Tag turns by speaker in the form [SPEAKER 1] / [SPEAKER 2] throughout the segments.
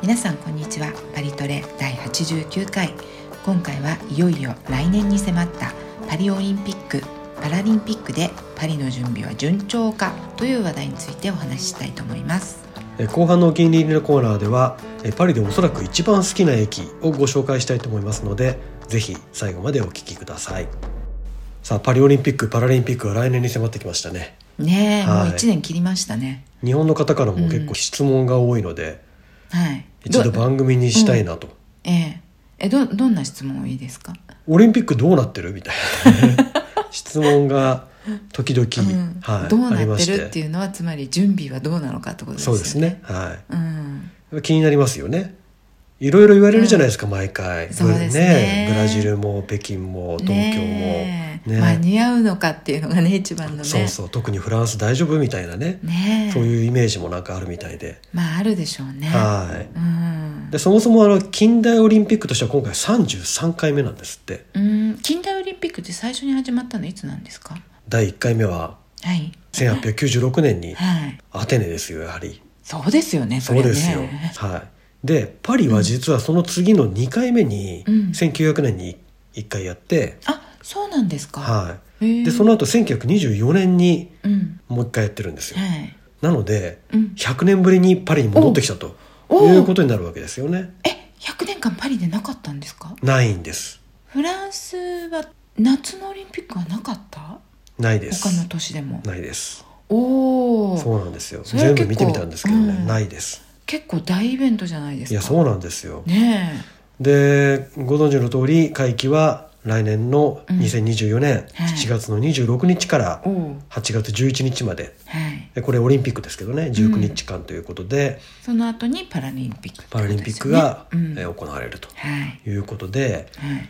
[SPEAKER 1] 皆さんこんにちはパリトレ第89回今回はいよいよ来年に迫ったパリオリンピック・パラリンピックでパリの準備は順調かという話題についてお話ししたいと思います
[SPEAKER 2] えー後半のお気に入りのコーナーではえーパリでおそらく一番好きな駅をご紹介したいと思いますのでぜひ最後までお聞きくださいさあパリオリンピック・パラリンピックは来年に迫ってきましたね
[SPEAKER 1] ねえ、
[SPEAKER 2] はい
[SPEAKER 1] もう1年切りましたね
[SPEAKER 2] 日本の方からも結構質問が多いので、
[SPEAKER 1] はい
[SPEAKER 2] 一度
[SPEAKER 1] ど
[SPEAKER 2] 番組にしたいなと、
[SPEAKER 1] えええどどんな質問をいいですか
[SPEAKER 2] オリンピックどうなってるみたい な質問が時々、
[SPEAKER 1] うん
[SPEAKER 2] はい、
[SPEAKER 1] どう
[SPEAKER 2] あり
[SPEAKER 1] なっ
[SPEAKER 2] ま
[SPEAKER 1] て
[SPEAKER 2] し
[SPEAKER 1] るっていうのはつまり準備はどうなのかってことです
[SPEAKER 2] そ
[SPEAKER 1] よ
[SPEAKER 2] う
[SPEAKER 1] ね。
[SPEAKER 2] ですね、はい、
[SPEAKER 1] うん、
[SPEAKER 2] 気になりますよねいろいろ言われるじゃないですか、毎回
[SPEAKER 1] そうですね
[SPEAKER 2] ブラジルも北京も東京も
[SPEAKER 1] ねえ間に合うのかっていうのがね一番のね
[SPEAKER 2] そうそう特にフランス大丈夫みたいなね
[SPEAKER 1] ねえ
[SPEAKER 2] そういうイメージもなんかあるみたいで、
[SPEAKER 1] まああるでしょうね。
[SPEAKER 2] は
[SPEAKER 1] う
[SPEAKER 2] い
[SPEAKER 1] ん
[SPEAKER 2] でそもそもあの近代オリンピックとしては今回33回目なんですって
[SPEAKER 1] うん、近代オリンピックって最初に始まったのいつなんですか
[SPEAKER 2] 第1回目は
[SPEAKER 1] はい
[SPEAKER 2] 1896年に
[SPEAKER 1] はい
[SPEAKER 2] アテネですよやはり
[SPEAKER 1] そうですよねそ
[SPEAKER 2] そ
[SPEAKER 1] れ
[SPEAKER 2] う
[SPEAKER 1] はね
[SPEAKER 2] ですよ、はいでパリは実はその次の2回目に
[SPEAKER 1] うん
[SPEAKER 2] 1900年に1回やって、
[SPEAKER 1] あそうなんですか、
[SPEAKER 2] はい
[SPEAKER 1] へえ
[SPEAKER 2] でその後1924年に
[SPEAKER 1] うん
[SPEAKER 2] もう一回やってるんですよ
[SPEAKER 1] はい
[SPEAKER 2] なので
[SPEAKER 1] うん、
[SPEAKER 2] 100年ぶりにパリに戻ってきたと
[SPEAKER 1] お
[SPEAKER 2] いうことになるわけですよね
[SPEAKER 1] え100年間パリでなかったんですか
[SPEAKER 2] ないんです
[SPEAKER 1] フランスは夏のオリンピックはなかった
[SPEAKER 2] ないです
[SPEAKER 1] 他の年でも
[SPEAKER 2] ないです
[SPEAKER 1] お
[SPEAKER 2] そ
[SPEAKER 1] お
[SPEAKER 2] うなんですよ
[SPEAKER 1] それは
[SPEAKER 2] 全
[SPEAKER 1] 結
[SPEAKER 2] 部
[SPEAKER 1] 構
[SPEAKER 2] 見てみたんですけどね、
[SPEAKER 1] うん
[SPEAKER 2] ないです
[SPEAKER 1] 結構大イベントじゃないですか
[SPEAKER 2] いやそうなんですよ
[SPEAKER 1] ね
[SPEAKER 2] でご存知の通り会期は来年の2024年
[SPEAKER 1] うんはい
[SPEAKER 2] 7月の26日から
[SPEAKER 1] えおお
[SPEAKER 2] 8月11日まで
[SPEAKER 1] はい
[SPEAKER 2] でこれオリンピックですけどね19日間ということで、
[SPEAKER 1] その後にパラリンピックってこ
[SPEAKER 2] パ
[SPEAKER 1] と
[SPEAKER 2] ラ
[SPEAKER 1] ですよね、
[SPEAKER 2] リンピックが、
[SPEAKER 1] うん、
[SPEAKER 2] え
[SPEAKER 1] は
[SPEAKER 2] ー行われると
[SPEAKER 1] い
[SPEAKER 2] いうことで
[SPEAKER 1] はい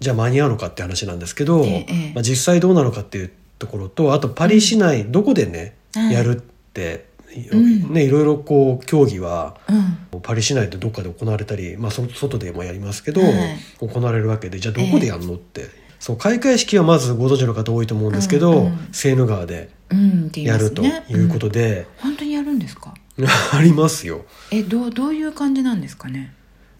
[SPEAKER 2] じゃあ間に合うのかって話なんですけど、
[SPEAKER 1] ええええ
[SPEAKER 2] まあ、実際どうなのかっていうところとあとパリ市内どこでね、
[SPEAKER 1] はい
[SPEAKER 2] やるって、
[SPEAKER 1] うん
[SPEAKER 2] ね、いろいろこう競技は
[SPEAKER 1] うん
[SPEAKER 2] パリ市内でどっかで行われたり、まあ、そ外でもやりますけど、
[SPEAKER 1] はい
[SPEAKER 2] 行われるわけでじゃあどこでやるのって、そう開会式はまずご存知の方多いと思うんですけど、
[SPEAKER 1] うんうん
[SPEAKER 2] セーヌ川で
[SPEAKER 1] うんって言い
[SPEAKER 2] や
[SPEAKER 1] ます
[SPEAKER 2] ると
[SPEAKER 1] ね
[SPEAKER 2] いうことで、
[SPEAKER 1] うん本当にやるんですか
[SPEAKER 2] ありますよ。
[SPEAKER 1] えどうどういう感じなんですかね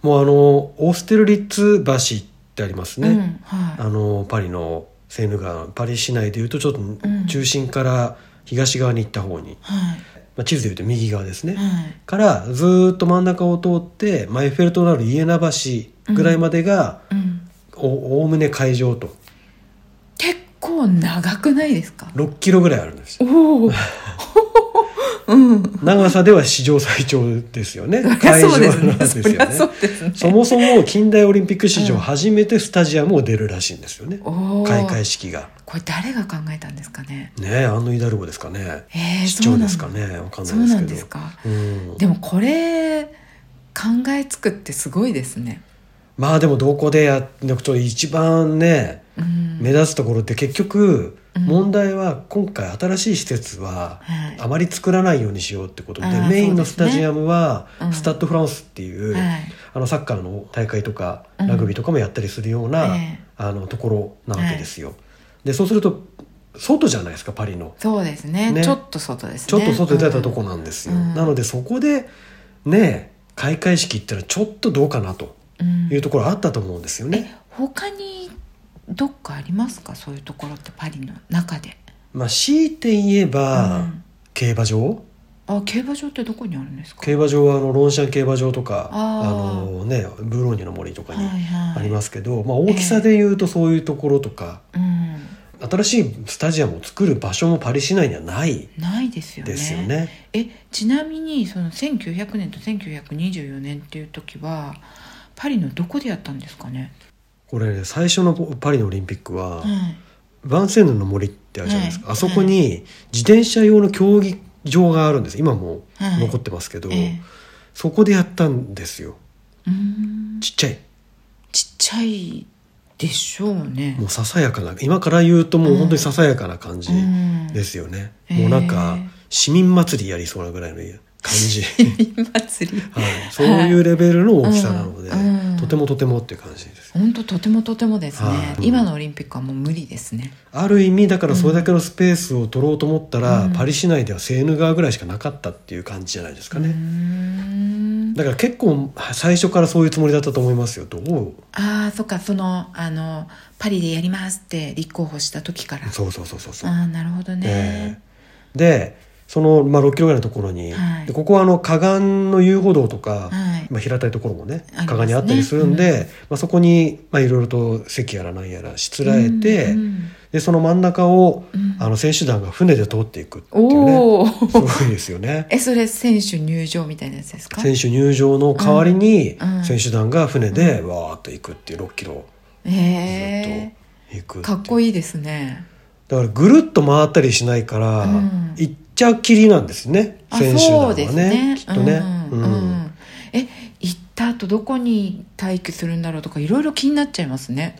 [SPEAKER 2] もうあのオーステルリッツ橋ってありますね。
[SPEAKER 1] うんは
[SPEAKER 2] あのパリのセーヌ川パリ市内でいうとちょっと
[SPEAKER 1] ん
[SPEAKER 2] 中心から東側に行った方に、
[SPEAKER 1] いは
[SPEAKER 2] まあ、地図でいうと右側ですね、
[SPEAKER 1] いはい
[SPEAKER 2] からずーっと真ん中を通ってマイフェルトのあるイエナ橋ぐらいまでが
[SPEAKER 1] うん
[SPEAKER 2] おおおむね会場と
[SPEAKER 1] 結構長くないですか
[SPEAKER 2] 6キロぐらいあるんですよ
[SPEAKER 1] おおうん
[SPEAKER 2] 長さでは史上最長ですよね 会場
[SPEAKER 1] そうです
[SPEAKER 2] なん
[SPEAKER 1] ね
[SPEAKER 2] です
[SPEAKER 1] そり
[SPEAKER 2] よ
[SPEAKER 1] ゃ
[SPEAKER 2] ね
[SPEAKER 1] そうですね
[SPEAKER 2] そもそも近代オリンピック史上
[SPEAKER 1] うん
[SPEAKER 2] 初めてスタジアムを出るらしいんですよね、
[SPEAKER 1] おお
[SPEAKER 2] 開会式が
[SPEAKER 1] これ誰が考えたんですかね
[SPEAKER 2] ねえアンヌ・イダルゴですかね、
[SPEAKER 1] えー、
[SPEAKER 2] 市長ですかねわかん
[SPEAKER 1] そ
[SPEAKER 2] な
[SPEAKER 1] うないん
[SPEAKER 2] で
[SPEAKER 1] ですす
[SPEAKER 2] けど
[SPEAKER 1] か
[SPEAKER 2] うん
[SPEAKER 1] でもこれ考えつくってすごいですね
[SPEAKER 2] まあでもどこでやってなくと一番ね
[SPEAKER 1] うん
[SPEAKER 2] 目立つところって結局
[SPEAKER 1] うん
[SPEAKER 2] 問題は今回新しい施設は
[SPEAKER 1] はい
[SPEAKER 2] あまり作らないようにしようってことで
[SPEAKER 1] あー
[SPEAKER 2] メインの
[SPEAKER 1] そ
[SPEAKER 2] ス
[SPEAKER 1] うですね
[SPEAKER 2] タジアムは
[SPEAKER 1] うん
[SPEAKER 2] スタッド・フランスっていう
[SPEAKER 1] はい
[SPEAKER 2] あのサッカーの大会とか
[SPEAKER 1] うん
[SPEAKER 2] ラグビーとかもやったりするような
[SPEAKER 1] ええ
[SPEAKER 2] あのところなわけですよ。でそうすると外じゃないですかパリの
[SPEAKER 1] そうですね
[SPEAKER 2] ね
[SPEAKER 1] ちょっと外ですね
[SPEAKER 2] ちょっと外出たとこなんですよ。
[SPEAKER 1] うん
[SPEAKER 2] なのでそこでね開会式ってのはちょっとどうかなと
[SPEAKER 1] うん
[SPEAKER 2] いうところあったと思うんですよね。
[SPEAKER 1] え他にどっかありますかそういうところってパリの中で
[SPEAKER 2] まあ、強いて言えば、
[SPEAKER 1] うん
[SPEAKER 2] 競馬場
[SPEAKER 1] あ競馬場ってどこにあるんですか
[SPEAKER 2] 競馬場はあのロンシャン競馬場とか
[SPEAKER 1] あー
[SPEAKER 2] の、ね、ブローニュの森とかに
[SPEAKER 1] はいはい
[SPEAKER 2] ありますけど、まあ、大きさで言うとそういうところとか、
[SPEAKER 1] うん
[SPEAKER 2] 新しいスタジアムを作る場所もパリ市内にはない
[SPEAKER 1] ないですよね
[SPEAKER 2] ですよね。
[SPEAKER 1] えちなみにその1900年と1924年っていう時はパリのどこでやったんですかね
[SPEAKER 2] これね最初のパリのオリンピックは、
[SPEAKER 1] はい
[SPEAKER 2] バンセーヌの森ってあるじゃないですか、
[SPEAKER 1] はい
[SPEAKER 2] あそこに自転車用の競技場があるんです今も
[SPEAKER 1] はい
[SPEAKER 2] 残ってますけど、
[SPEAKER 1] ええ
[SPEAKER 2] そこでやったんですよ
[SPEAKER 1] うーん
[SPEAKER 2] ちっちゃい
[SPEAKER 1] ちっちゃいでしょうね
[SPEAKER 2] もうささやかな今から言うともう本当にささやかな感じ
[SPEAKER 1] うん
[SPEAKER 2] ですよね、
[SPEAKER 1] うん
[SPEAKER 2] もうなんか
[SPEAKER 1] へえ
[SPEAKER 2] 市民祭りやりそうなぐらいの感じ、
[SPEAKER 1] 祭り
[SPEAKER 2] はい、そういうレベルの大きさなので、
[SPEAKER 1] うんうん
[SPEAKER 2] とてもとてもっていう感じです
[SPEAKER 1] 本当とてもとてもですね、
[SPEAKER 2] はい
[SPEAKER 1] 今のオリンピックはもう無理ですね
[SPEAKER 2] ある意味だからそれだけのスペースを取ろうと思ったら、パリ市内ではセーヌ川ぐらいしかなかったっていう感じじゃないですか
[SPEAKER 1] うーん
[SPEAKER 2] ね、
[SPEAKER 1] うん
[SPEAKER 2] だから結構最初からそういうつもりだったと思いますよどう
[SPEAKER 1] ああそっかそのあのパリでやりますって立候補した時から
[SPEAKER 2] そうそうそうそうそう
[SPEAKER 1] ああなるほどね、
[SPEAKER 2] ええでその、まあ、6キロぐらいのところに、
[SPEAKER 1] はい
[SPEAKER 2] でここはあの河岸の遊歩道とか、
[SPEAKER 1] はい
[SPEAKER 2] まあ、平たいところもね
[SPEAKER 1] ありますね
[SPEAKER 2] 河岸にあったりするんでま、あ、そこに、まあ、いろいろと席やら何やらしつらえて、
[SPEAKER 1] うん
[SPEAKER 2] でその真ん中を、
[SPEAKER 1] うん
[SPEAKER 2] あの選手団が船で通っていくっていうね
[SPEAKER 1] おお
[SPEAKER 2] す
[SPEAKER 1] ー
[SPEAKER 2] ごいですよ ね。
[SPEAKER 1] えそれ選手入場みたいなやつですか
[SPEAKER 2] 選手入場の代わりに、
[SPEAKER 1] うんうん
[SPEAKER 2] 選手団が船でわーっと行くっていう6キロ
[SPEAKER 1] え
[SPEAKER 2] ずっと行く
[SPEAKER 1] え
[SPEAKER 2] て
[SPEAKER 1] かっこいいですね
[SPEAKER 2] だからぐるっと回ったりしないから、
[SPEAKER 1] うん
[SPEAKER 2] 行っちゃうきりなんですね
[SPEAKER 1] あ
[SPEAKER 2] 選手団
[SPEAKER 1] そ
[SPEAKER 2] は
[SPEAKER 1] うで
[SPEAKER 2] ね
[SPEAKER 1] すね
[SPEAKER 2] きっとね。
[SPEAKER 1] うんうんうんえ行った後どこに待機するんだろうとかいろいろ気になっちゃいますね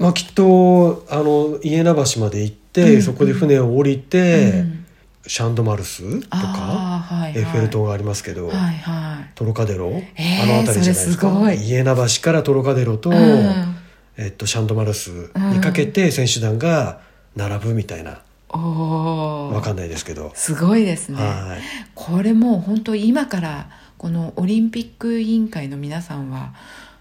[SPEAKER 2] まあ、きっとあの家名橋まで行って、
[SPEAKER 1] うん
[SPEAKER 2] そこで船を降りて、
[SPEAKER 1] うん
[SPEAKER 2] シャンドマルスとか、
[SPEAKER 1] あーはいはい、
[SPEAKER 2] エッフェル塔がありますけど、
[SPEAKER 1] はいはい
[SPEAKER 2] トロカデロ、
[SPEAKER 1] えー
[SPEAKER 2] あの辺りじゃないです
[SPEAKER 1] それす
[SPEAKER 2] か
[SPEAKER 1] ごい
[SPEAKER 2] 家名橋からトロカデロと、
[SPEAKER 1] うん
[SPEAKER 2] えっと、シャンドマルスにかけて選手団が並ぶみたいな、
[SPEAKER 1] お
[SPEAKER 2] わ
[SPEAKER 1] お
[SPEAKER 2] かんないですけど、
[SPEAKER 1] すごいですね
[SPEAKER 2] はい
[SPEAKER 1] これもう本当今からこのオリンピック委員会の皆さんは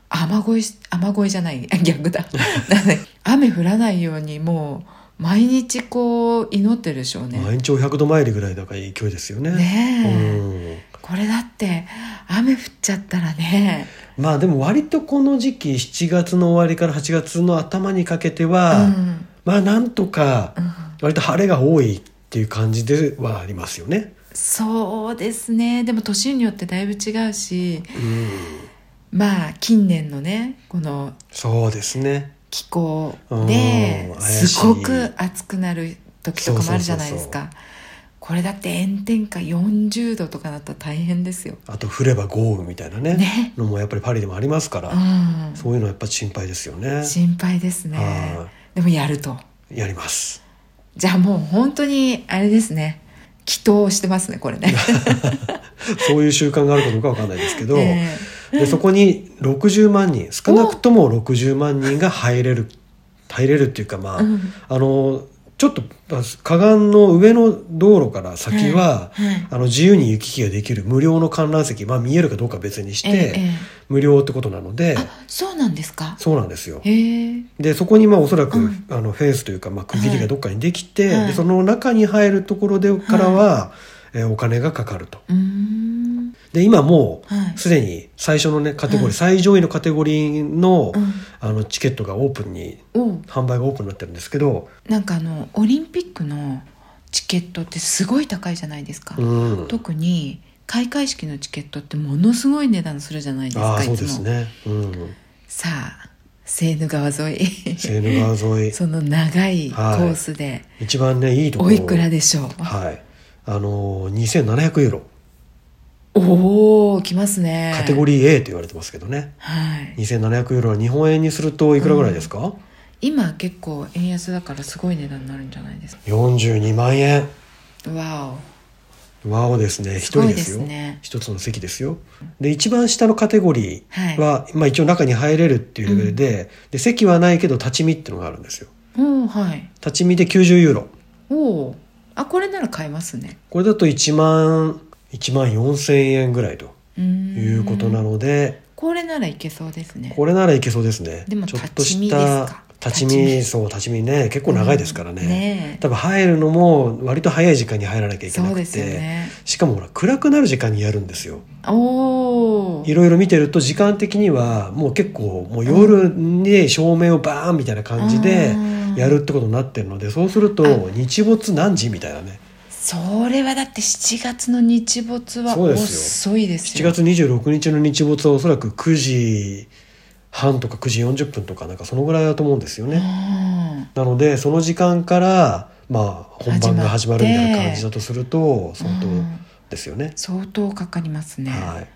[SPEAKER 1] 雨乞いし雨乞いじゃない 逆だなんだ雨降らないようにもう毎日こう祈ってるでしょうね
[SPEAKER 2] まあ、延長100度参りぐらいだからいい距離ですよね。
[SPEAKER 1] ねえ
[SPEAKER 2] うん
[SPEAKER 1] これだって雨降っちゃったらね
[SPEAKER 2] まあでも割とこの時期7月の終わりから8月の頭にかけては、
[SPEAKER 1] うん
[SPEAKER 2] まあなんとか
[SPEAKER 1] うん
[SPEAKER 2] 割と晴れが多いっていう感じではありますよね。
[SPEAKER 1] そうですねでも年によってだいぶ違うし
[SPEAKER 2] うん、
[SPEAKER 1] まあ近年のねこの
[SPEAKER 2] そうですね。
[SPEAKER 1] 気候
[SPEAKER 2] う
[SPEAKER 1] で
[SPEAKER 2] ん怪しい
[SPEAKER 1] すごく暑くなる時とかもあるじゃないですかこれだって炎天下40度とかなったら大変ですよ
[SPEAKER 2] あと降れば豪雨みたいなね
[SPEAKER 1] ね
[SPEAKER 2] のもやっぱりパリでもありますから、
[SPEAKER 1] うん
[SPEAKER 2] そういうのはやっぱ心配ですよね。
[SPEAKER 1] 心配ですね
[SPEAKER 2] は
[SPEAKER 1] でもやると
[SPEAKER 2] やります。
[SPEAKER 1] じゃあもう本当にあれですね祈祷してますねこれね
[SPEAKER 2] そういう習慣があるかどうかわかんないですけど、
[SPEAKER 1] え
[SPEAKER 2] でそこに60万人少なくとも60万人が入れる入れるっていうかまあ、
[SPEAKER 1] えうん
[SPEAKER 2] あのちょっとまあ河岸の上の道路から先は、
[SPEAKER 1] はいはい
[SPEAKER 2] あの自由に行き来ができる無料の観覧席、まあ、見えるかどうかは別にし
[SPEAKER 1] ええ
[SPEAKER 2] て、
[SPEAKER 1] ええ
[SPEAKER 2] 無料ってことなので
[SPEAKER 1] あそうなんですか
[SPEAKER 2] そうなんですよ。
[SPEAKER 1] へえ
[SPEAKER 2] でそこにまあおそらく、
[SPEAKER 1] うん
[SPEAKER 2] あのフェンスというか、まあ、区切りがどっかにできて、
[SPEAKER 1] はい
[SPEAKER 2] でその中に入るところでからは、えーお金がかかると。
[SPEAKER 1] うーん
[SPEAKER 2] で今もう、
[SPEAKER 1] はい
[SPEAKER 2] すでに最初のねカテゴリー、
[SPEAKER 1] はい
[SPEAKER 2] 最上位のカテゴリーの,、
[SPEAKER 1] うん
[SPEAKER 2] あのチケットがオープンに
[SPEAKER 1] おう
[SPEAKER 2] 販売がオープンになってるんですけど、
[SPEAKER 1] なんかあのオリンピックのチケットってすごい高いじゃないですか、
[SPEAKER 2] うん、
[SPEAKER 1] 特に開会式のチケットってものすごい値段するじゃないです
[SPEAKER 2] ああ
[SPEAKER 1] か
[SPEAKER 2] そ
[SPEAKER 1] いう
[SPEAKER 2] で
[SPEAKER 1] つ
[SPEAKER 2] す
[SPEAKER 1] も、
[SPEAKER 2] ね、うん、
[SPEAKER 1] さあセーヌ川沿い
[SPEAKER 2] セーヌ川沿い
[SPEAKER 1] その長いコ
[SPEAKER 2] はい
[SPEAKER 1] ースで、
[SPEAKER 2] 一番ねいいところ
[SPEAKER 1] おいくらでしょう、
[SPEAKER 2] はいあのー2700ユーロ
[SPEAKER 1] おおきますね
[SPEAKER 2] カテゴ
[SPEAKER 1] リー、
[SPEAKER 2] リー A と言われてますけどね、
[SPEAKER 1] はい、
[SPEAKER 2] 2700ユーロは日本円にするといくらぐらいですか、
[SPEAKER 1] 今結構円安だからすごい値段になるんじゃないですか
[SPEAKER 2] 42万円
[SPEAKER 1] わ
[SPEAKER 2] わおですね一
[SPEAKER 1] すご
[SPEAKER 2] 人
[SPEAKER 1] い
[SPEAKER 2] ですよ
[SPEAKER 1] ですね
[SPEAKER 2] 一つの席ですよで一番下のカテゴリーは、まあ、一応中に入れるっていうレベルで,、で席はないけど立ち見っていうのがあるんですよ
[SPEAKER 1] おおーはい
[SPEAKER 2] 立ち見で90ユーロ
[SPEAKER 1] おおあこれなら買えますね
[SPEAKER 2] これだと1万1万4000円ぐらいと
[SPEAKER 1] うーん
[SPEAKER 2] いうことなので、
[SPEAKER 1] これならいけそうですね
[SPEAKER 2] これならいけそうですね
[SPEAKER 1] でも
[SPEAKER 2] ちょっと
[SPEAKER 1] 立ち
[SPEAKER 2] し
[SPEAKER 1] 見です
[SPEAKER 2] た
[SPEAKER 1] か
[SPEAKER 2] 立ち見
[SPEAKER 1] 立ち見
[SPEAKER 2] そう立ち見ね結構長いですからね,、
[SPEAKER 1] うんねえ
[SPEAKER 2] 多分入るのも割と早い時間に入らなきゃいけな
[SPEAKER 1] そう
[SPEAKER 2] く
[SPEAKER 1] で
[SPEAKER 2] て、
[SPEAKER 1] すよね
[SPEAKER 2] しかもほら暗くなる時間にやるんですよ
[SPEAKER 1] おお
[SPEAKER 2] いろいろ見てると時間的にはもう結構もう夜に照明をバーンみたいな感じで
[SPEAKER 1] うん
[SPEAKER 2] やるってことになってるのでそうすると日没何時みたいなね
[SPEAKER 1] それはだって7月の日没は
[SPEAKER 2] そうです
[SPEAKER 1] 遅いです
[SPEAKER 2] 7
[SPEAKER 1] よ
[SPEAKER 2] 月26日の日没はおそらく9時半とか9時40分とかなんかそのぐらいだと思うんですよね。
[SPEAKER 1] うん
[SPEAKER 2] なのでその時間からまあ本番が始まるみたいな感じだとすると相当
[SPEAKER 1] うん
[SPEAKER 2] ですよね。
[SPEAKER 1] 相当かかりますね、
[SPEAKER 2] はい、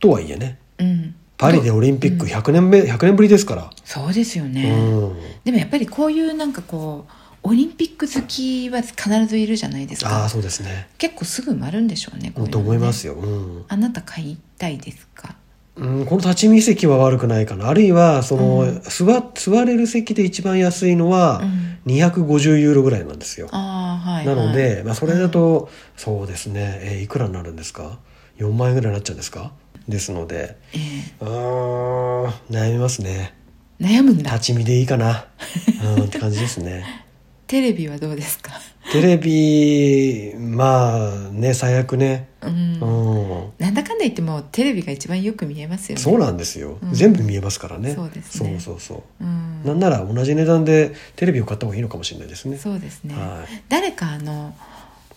[SPEAKER 2] とはいえね
[SPEAKER 1] うん
[SPEAKER 2] パリでオリンピック100年目100年ぶりですから。
[SPEAKER 1] そうですよ
[SPEAKER 2] う
[SPEAKER 1] ね、
[SPEAKER 2] ん、
[SPEAKER 1] でもやっぱりこういうなんかこうオリンピック好きは必ずいるじゃないです
[SPEAKER 2] ああ
[SPEAKER 1] か
[SPEAKER 2] そうですね。
[SPEAKER 1] 結構すぐ埋まるんでしょうねこういうのね
[SPEAKER 2] と思いますよ。うん
[SPEAKER 1] あなた買いたいですか
[SPEAKER 2] うん、この立ち見席は悪くないかなあるいはその、
[SPEAKER 1] うん
[SPEAKER 2] 座座れる席で一番安いの
[SPEAKER 1] う
[SPEAKER 2] は
[SPEAKER 1] ん
[SPEAKER 2] 250ユーロぐらいなんですよ、
[SPEAKER 1] ああはい、
[SPEAKER 2] なので、
[SPEAKER 1] はい
[SPEAKER 2] まあ、それだと、そうですね、えーいくらになるんですか4万円ぐらいになっちゃうんですかですので
[SPEAKER 1] ええ
[SPEAKER 2] うーん悩みますね
[SPEAKER 1] 悩むんだ
[SPEAKER 2] 立ち見でいいかなうんって感じです ね
[SPEAKER 1] テレビはどうですか
[SPEAKER 2] テレビまあね最悪ね
[SPEAKER 1] うん、
[SPEAKER 2] うん
[SPEAKER 1] なんだかんだ言ってもテレビが一番よく見えますよね
[SPEAKER 2] そうなんですよ、
[SPEAKER 1] うん
[SPEAKER 2] 全部見えますからね
[SPEAKER 1] そうですね
[SPEAKER 2] そうそうそう
[SPEAKER 1] うん
[SPEAKER 2] なんなら同じ値段でテレビを買った方がいいのかもしれないですね
[SPEAKER 1] そうですね、
[SPEAKER 2] はい
[SPEAKER 1] 誰かあの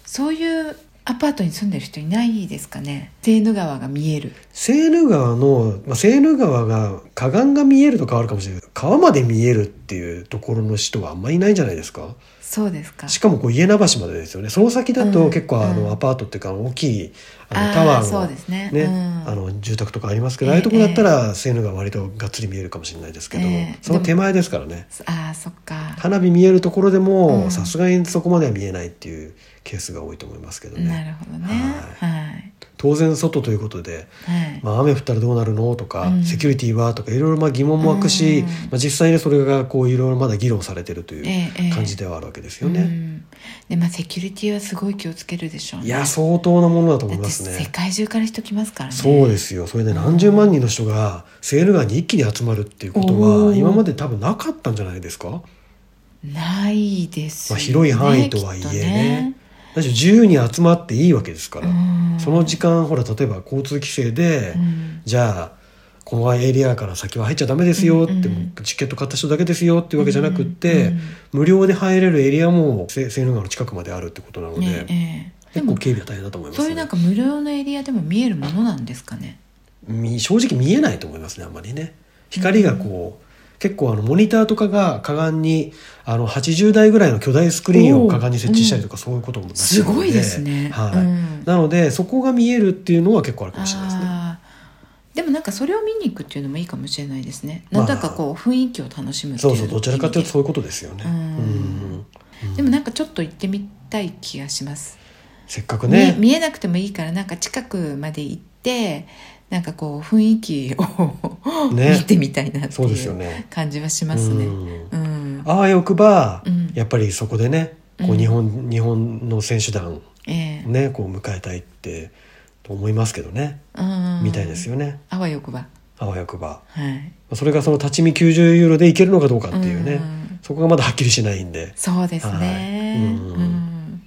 [SPEAKER 1] そういうアパートに住んでる人いないですかねセーヌ川が見える
[SPEAKER 2] セーヌ川の、まあ、セーヌ川が河岸が見えると変わるかもしれないけど川まで見えるっていうところの人はあんまりいないんじゃないですか
[SPEAKER 1] そうですか
[SPEAKER 2] しかもこう家な橋までですよねその先だ
[SPEAKER 1] う
[SPEAKER 2] と
[SPEAKER 1] ん
[SPEAKER 2] 結構あ
[SPEAKER 1] うん
[SPEAKER 2] のアパートっていうか大きいあ
[SPEAKER 1] あー
[SPEAKER 2] のタワー
[SPEAKER 1] そ
[SPEAKER 2] の
[SPEAKER 1] うですね
[SPEAKER 2] ね
[SPEAKER 1] うん
[SPEAKER 2] あの住宅とかありますけどああいうとこだったらセーヌ川割とがっつり見えるかもしれないですけど
[SPEAKER 1] ええ
[SPEAKER 2] その手前ですからね
[SPEAKER 1] ああそっか
[SPEAKER 2] 花火見えるところで
[SPEAKER 1] うん
[SPEAKER 2] もさすがにそこまでは見えないっていうケースが多いと思いますけど
[SPEAKER 1] な
[SPEAKER 2] ね
[SPEAKER 1] るほどねはい
[SPEAKER 2] 当然外ということで、
[SPEAKER 1] はい、
[SPEAKER 2] まあ、雨降ったらどうなるのとか、
[SPEAKER 1] うん
[SPEAKER 2] セキュリティはとかいろいろまあ疑問も湧くし、
[SPEAKER 1] うん
[SPEAKER 2] まあ、実際にそれがこういろいろまだ議論されてるという
[SPEAKER 1] ええええ
[SPEAKER 2] 感じではあるわけです
[SPEAKER 1] う
[SPEAKER 2] よね。
[SPEAKER 1] んでまあセキュリティはすごい気をつけるでしょうね
[SPEAKER 2] いや相当なものだと思います
[SPEAKER 1] だって世
[SPEAKER 2] ね。
[SPEAKER 1] 界中から人来ますからね
[SPEAKER 2] そうですよそれで何十万人の人がセール川に一気に集まるっていうこと
[SPEAKER 1] お
[SPEAKER 2] は
[SPEAKER 1] ー
[SPEAKER 2] 今まで多分なかったんじゃないですか
[SPEAKER 1] ないですよね、
[SPEAKER 2] まあ広い範囲とはいえね
[SPEAKER 1] きっ
[SPEAKER 2] だって自由に集まっていいわけですか
[SPEAKER 1] と
[SPEAKER 2] ら、
[SPEAKER 1] ねうん
[SPEAKER 2] その時間ほら例えば交通規制で、
[SPEAKER 1] うん
[SPEAKER 2] じゃあこのエリアから先は入っちゃダメですよって、
[SPEAKER 1] うんうん
[SPEAKER 2] もうチケット買った人だけですよっていうわけじゃなくって、
[SPEAKER 1] うんうん
[SPEAKER 2] 無料で入れるエリアもセセーヌ川の近くまであるってことなので、
[SPEAKER 1] ねええで
[SPEAKER 2] 結構
[SPEAKER 1] も
[SPEAKER 2] 警備は大変だと思います、ね、
[SPEAKER 1] そういうなんか無料のエリアでも見えるものなんですかね
[SPEAKER 2] み正直見えないと思いますねあんまりね光がこう、結構あのモニターとかが河岸にあの80台ぐらいの巨大スクリーンを河岸に設置したりとかそういうこともらし
[SPEAKER 1] す
[SPEAKER 2] の
[SPEAKER 1] ごいですね、
[SPEAKER 2] はい
[SPEAKER 1] うん
[SPEAKER 2] なのでそこが見えるっていうのは結構あるかもしれないですね
[SPEAKER 1] あーでもなんかそれを見に行くっていうのもいいかもしれないですね、
[SPEAKER 2] まあ
[SPEAKER 1] なんだかこう雰囲気を楽しむってい
[SPEAKER 2] そううそうどちらかというと
[SPEAKER 1] う
[SPEAKER 2] そういうことですよね
[SPEAKER 1] う
[SPEAKER 2] うんん、うん
[SPEAKER 1] でもなんかちょっと行ってみたい気がします、
[SPEAKER 2] せっかくね
[SPEAKER 1] 見見えなくてもいいからなんか近くまで行ってなんかこう雰囲気を
[SPEAKER 2] ね
[SPEAKER 1] 見てみたいなって
[SPEAKER 2] そうです
[SPEAKER 1] い
[SPEAKER 2] よ
[SPEAKER 1] う
[SPEAKER 2] ね
[SPEAKER 1] 感じはしますね
[SPEAKER 2] うん
[SPEAKER 1] うん、
[SPEAKER 2] あわよくば、
[SPEAKER 1] うん
[SPEAKER 2] やっぱりそこでねこ
[SPEAKER 1] う
[SPEAKER 2] うん日本、日本の選手団
[SPEAKER 1] ええ
[SPEAKER 2] ねこう迎えたいってと思いますけどね、
[SPEAKER 1] うん
[SPEAKER 2] みたいですよね
[SPEAKER 1] あわよくば
[SPEAKER 2] あわよくば
[SPEAKER 1] はい
[SPEAKER 2] それがその立ち見90ユーロでいけるのかどうかっていうね、
[SPEAKER 1] うん
[SPEAKER 2] そこがまだはっきりしないんで、
[SPEAKER 1] そうですね、
[SPEAKER 2] はいうん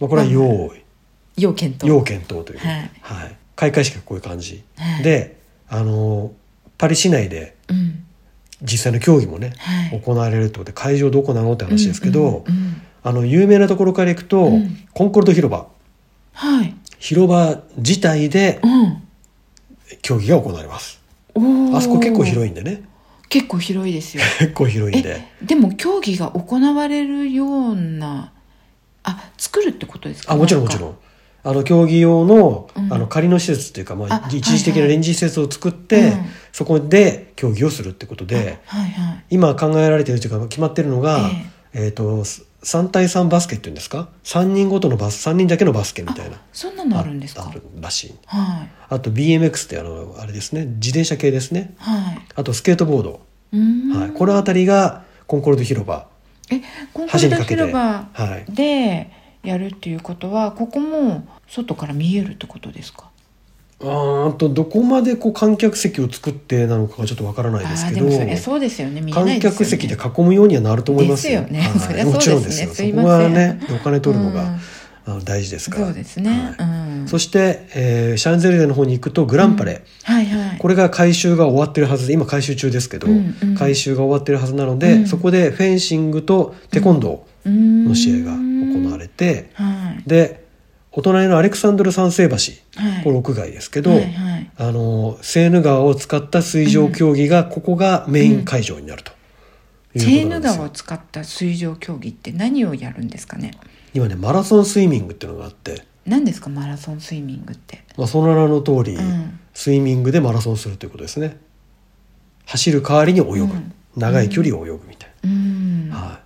[SPEAKER 2] まあ、これは
[SPEAKER 1] まあ
[SPEAKER 2] 要、
[SPEAKER 1] 要検討
[SPEAKER 2] 要検討という、
[SPEAKER 1] はい
[SPEAKER 2] はい開会式がこういう感じ、
[SPEAKER 1] はい
[SPEAKER 2] であのパリ市内で
[SPEAKER 1] うん
[SPEAKER 2] 実際の競技もね、
[SPEAKER 1] はい
[SPEAKER 2] 行われるってことで会場どこなのって話ですけど、
[SPEAKER 1] うんうんうん
[SPEAKER 2] あの有名なところから行くと、
[SPEAKER 1] うん
[SPEAKER 2] コンコルド広場
[SPEAKER 1] はい、
[SPEAKER 2] 広場自体で競技が行われます、
[SPEAKER 1] うん、お
[SPEAKER 2] あそこ結構
[SPEAKER 1] い
[SPEAKER 2] 広いんでね
[SPEAKER 1] 結構広いですよ
[SPEAKER 2] 結構広いんで
[SPEAKER 1] えでも競技が行われるようなあ作るってことですか
[SPEAKER 2] あもちろんもちろんあの競技用の,、
[SPEAKER 1] うん
[SPEAKER 2] あの仮の施設っていうか、まあ
[SPEAKER 1] あ、
[SPEAKER 2] 一時的
[SPEAKER 1] はいは
[SPEAKER 2] ない臨時施設を作って、
[SPEAKER 1] うん
[SPEAKER 2] そこで競技をするってこと
[SPEAKER 1] なんか
[SPEAKER 2] で
[SPEAKER 1] あはいはい
[SPEAKER 2] 今考えられてるというか決まってるのが、えーと3対3バスケっていうんですか3人ごとのバス3人だけのバスケみたいな
[SPEAKER 1] あそんなのあるんです
[SPEAKER 2] あ
[SPEAKER 1] か
[SPEAKER 2] るらしい
[SPEAKER 1] はい
[SPEAKER 2] あと BMX ってあのあれですね自転車系ですね
[SPEAKER 1] はい
[SPEAKER 2] あとスケートボード、
[SPEAKER 1] うーん
[SPEAKER 2] はい、この辺りがコンコルド広場
[SPEAKER 1] えコンコル
[SPEAKER 2] 橋に
[SPEAKER 1] ド
[SPEAKER 2] かけて、
[SPEAKER 1] 広場
[SPEAKER 2] はい、
[SPEAKER 1] でやるっていうことはここも外から見えるってことですか
[SPEAKER 2] あーあとどこまでこう観客席を作ってなのかがちょっとわからないです
[SPEAKER 1] ああー
[SPEAKER 2] け
[SPEAKER 1] で
[SPEAKER 2] ど
[SPEAKER 1] もそりゃそうですよね見えな
[SPEAKER 2] 観
[SPEAKER 1] いです
[SPEAKER 2] 客
[SPEAKER 1] よね
[SPEAKER 2] 席で囲むようにはなると思います
[SPEAKER 1] ですよね
[SPEAKER 2] はい
[SPEAKER 1] そりゃそうですね
[SPEAKER 2] もちろんですよ
[SPEAKER 1] す
[SPEAKER 2] そ
[SPEAKER 1] いません
[SPEAKER 2] こはねお金取る
[SPEAKER 1] う
[SPEAKER 2] の
[SPEAKER 1] ん
[SPEAKER 2] が、あの大事ですから
[SPEAKER 1] そうですね、
[SPEAKER 2] はい
[SPEAKER 1] うん
[SPEAKER 2] そして、えーシャンゼリゼの方に行くとグランパレ、
[SPEAKER 1] はいはい
[SPEAKER 2] これが改修が終わってるはずで今改修中ですけど、
[SPEAKER 1] うんうん
[SPEAKER 2] 改修が終わってるはずなので、
[SPEAKER 1] うん
[SPEAKER 2] そこでフェンシングとテコンドーの
[SPEAKER 1] の
[SPEAKER 2] 試合が行わ
[SPEAKER 1] る
[SPEAKER 2] れて、
[SPEAKER 1] はい
[SPEAKER 2] でお隣のアレクサンドル三世橋
[SPEAKER 1] はい
[SPEAKER 2] これ屋外ですけど、
[SPEAKER 1] はいはい
[SPEAKER 2] あのセーヌ川を使った水上競技が、ここがメイン会場になると
[SPEAKER 1] セ
[SPEAKER 2] い
[SPEAKER 1] ー
[SPEAKER 2] うこと
[SPEAKER 1] ヌ
[SPEAKER 2] なんです
[SPEAKER 1] 川
[SPEAKER 2] よ
[SPEAKER 1] を使った水上競技って何をやるんですかね
[SPEAKER 2] 今ねマラソンスイミングっていうのがあって、
[SPEAKER 1] 何ですかマラソンスイミングって
[SPEAKER 2] まあ、その名の通り、
[SPEAKER 1] うん
[SPEAKER 2] スイミングでマラソンするということですね走る代わりに泳ぐ、
[SPEAKER 1] うん
[SPEAKER 2] 長い距離を泳ぐみたいな、
[SPEAKER 1] うん
[SPEAKER 2] はい、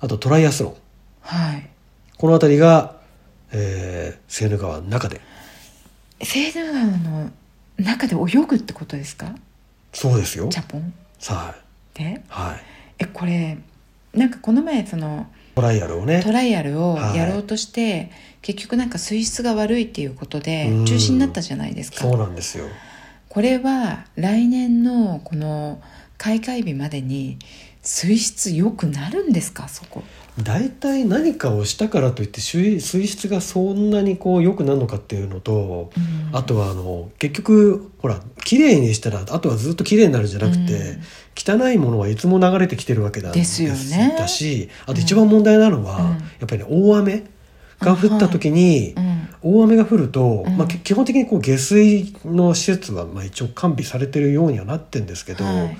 [SPEAKER 2] あとトライアスロン
[SPEAKER 1] はい
[SPEAKER 2] この辺りが、えー、セーヌ川の中で
[SPEAKER 1] セーヌ川の中で泳ぐってことですか
[SPEAKER 2] そうですよ
[SPEAKER 1] チャポン
[SPEAKER 2] さあ
[SPEAKER 1] で
[SPEAKER 2] はい
[SPEAKER 1] えこれなんかこの前その
[SPEAKER 2] トライアルをね
[SPEAKER 1] トライアルを
[SPEAKER 2] はい
[SPEAKER 1] やろうとして、結局なんか水質が悪いっていうことで
[SPEAKER 2] うん
[SPEAKER 1] 中止になったじゃないですか
[SPEAKER 2] そうなんですよ
[SPEAKER 1] これは来年のこの開会日までに水質良くなるんですかそこ
[SPEAKER 2] 大体何かをしたからといって水水質がそんなにこう良くなるのかっていうのと
[SPEAKER 1] うん
[SPEAKER 2] あとはあの結局ほら綺麗にしたらあとはずっと綺麗になるんじゃなくて、汚いものはいつも流れてきてるわけなん
[SPEAKER 1] ですよね
[SPEAKER 2] だしあと一番問題なのは、
[SPEAKER 1] うん
[SPEAKER 2] やっぱりね大雨が降った時に、
[SPEAKER 1] うんうん
[SPEAKER 2] 大雨が降ると、
[SPEAKER 1] うん
[SPEAKER 2] まあ、き基本的にこう下水の施設はまあ一応完備されてるようにはなってるんですけど、
[SPEAKER 1] はい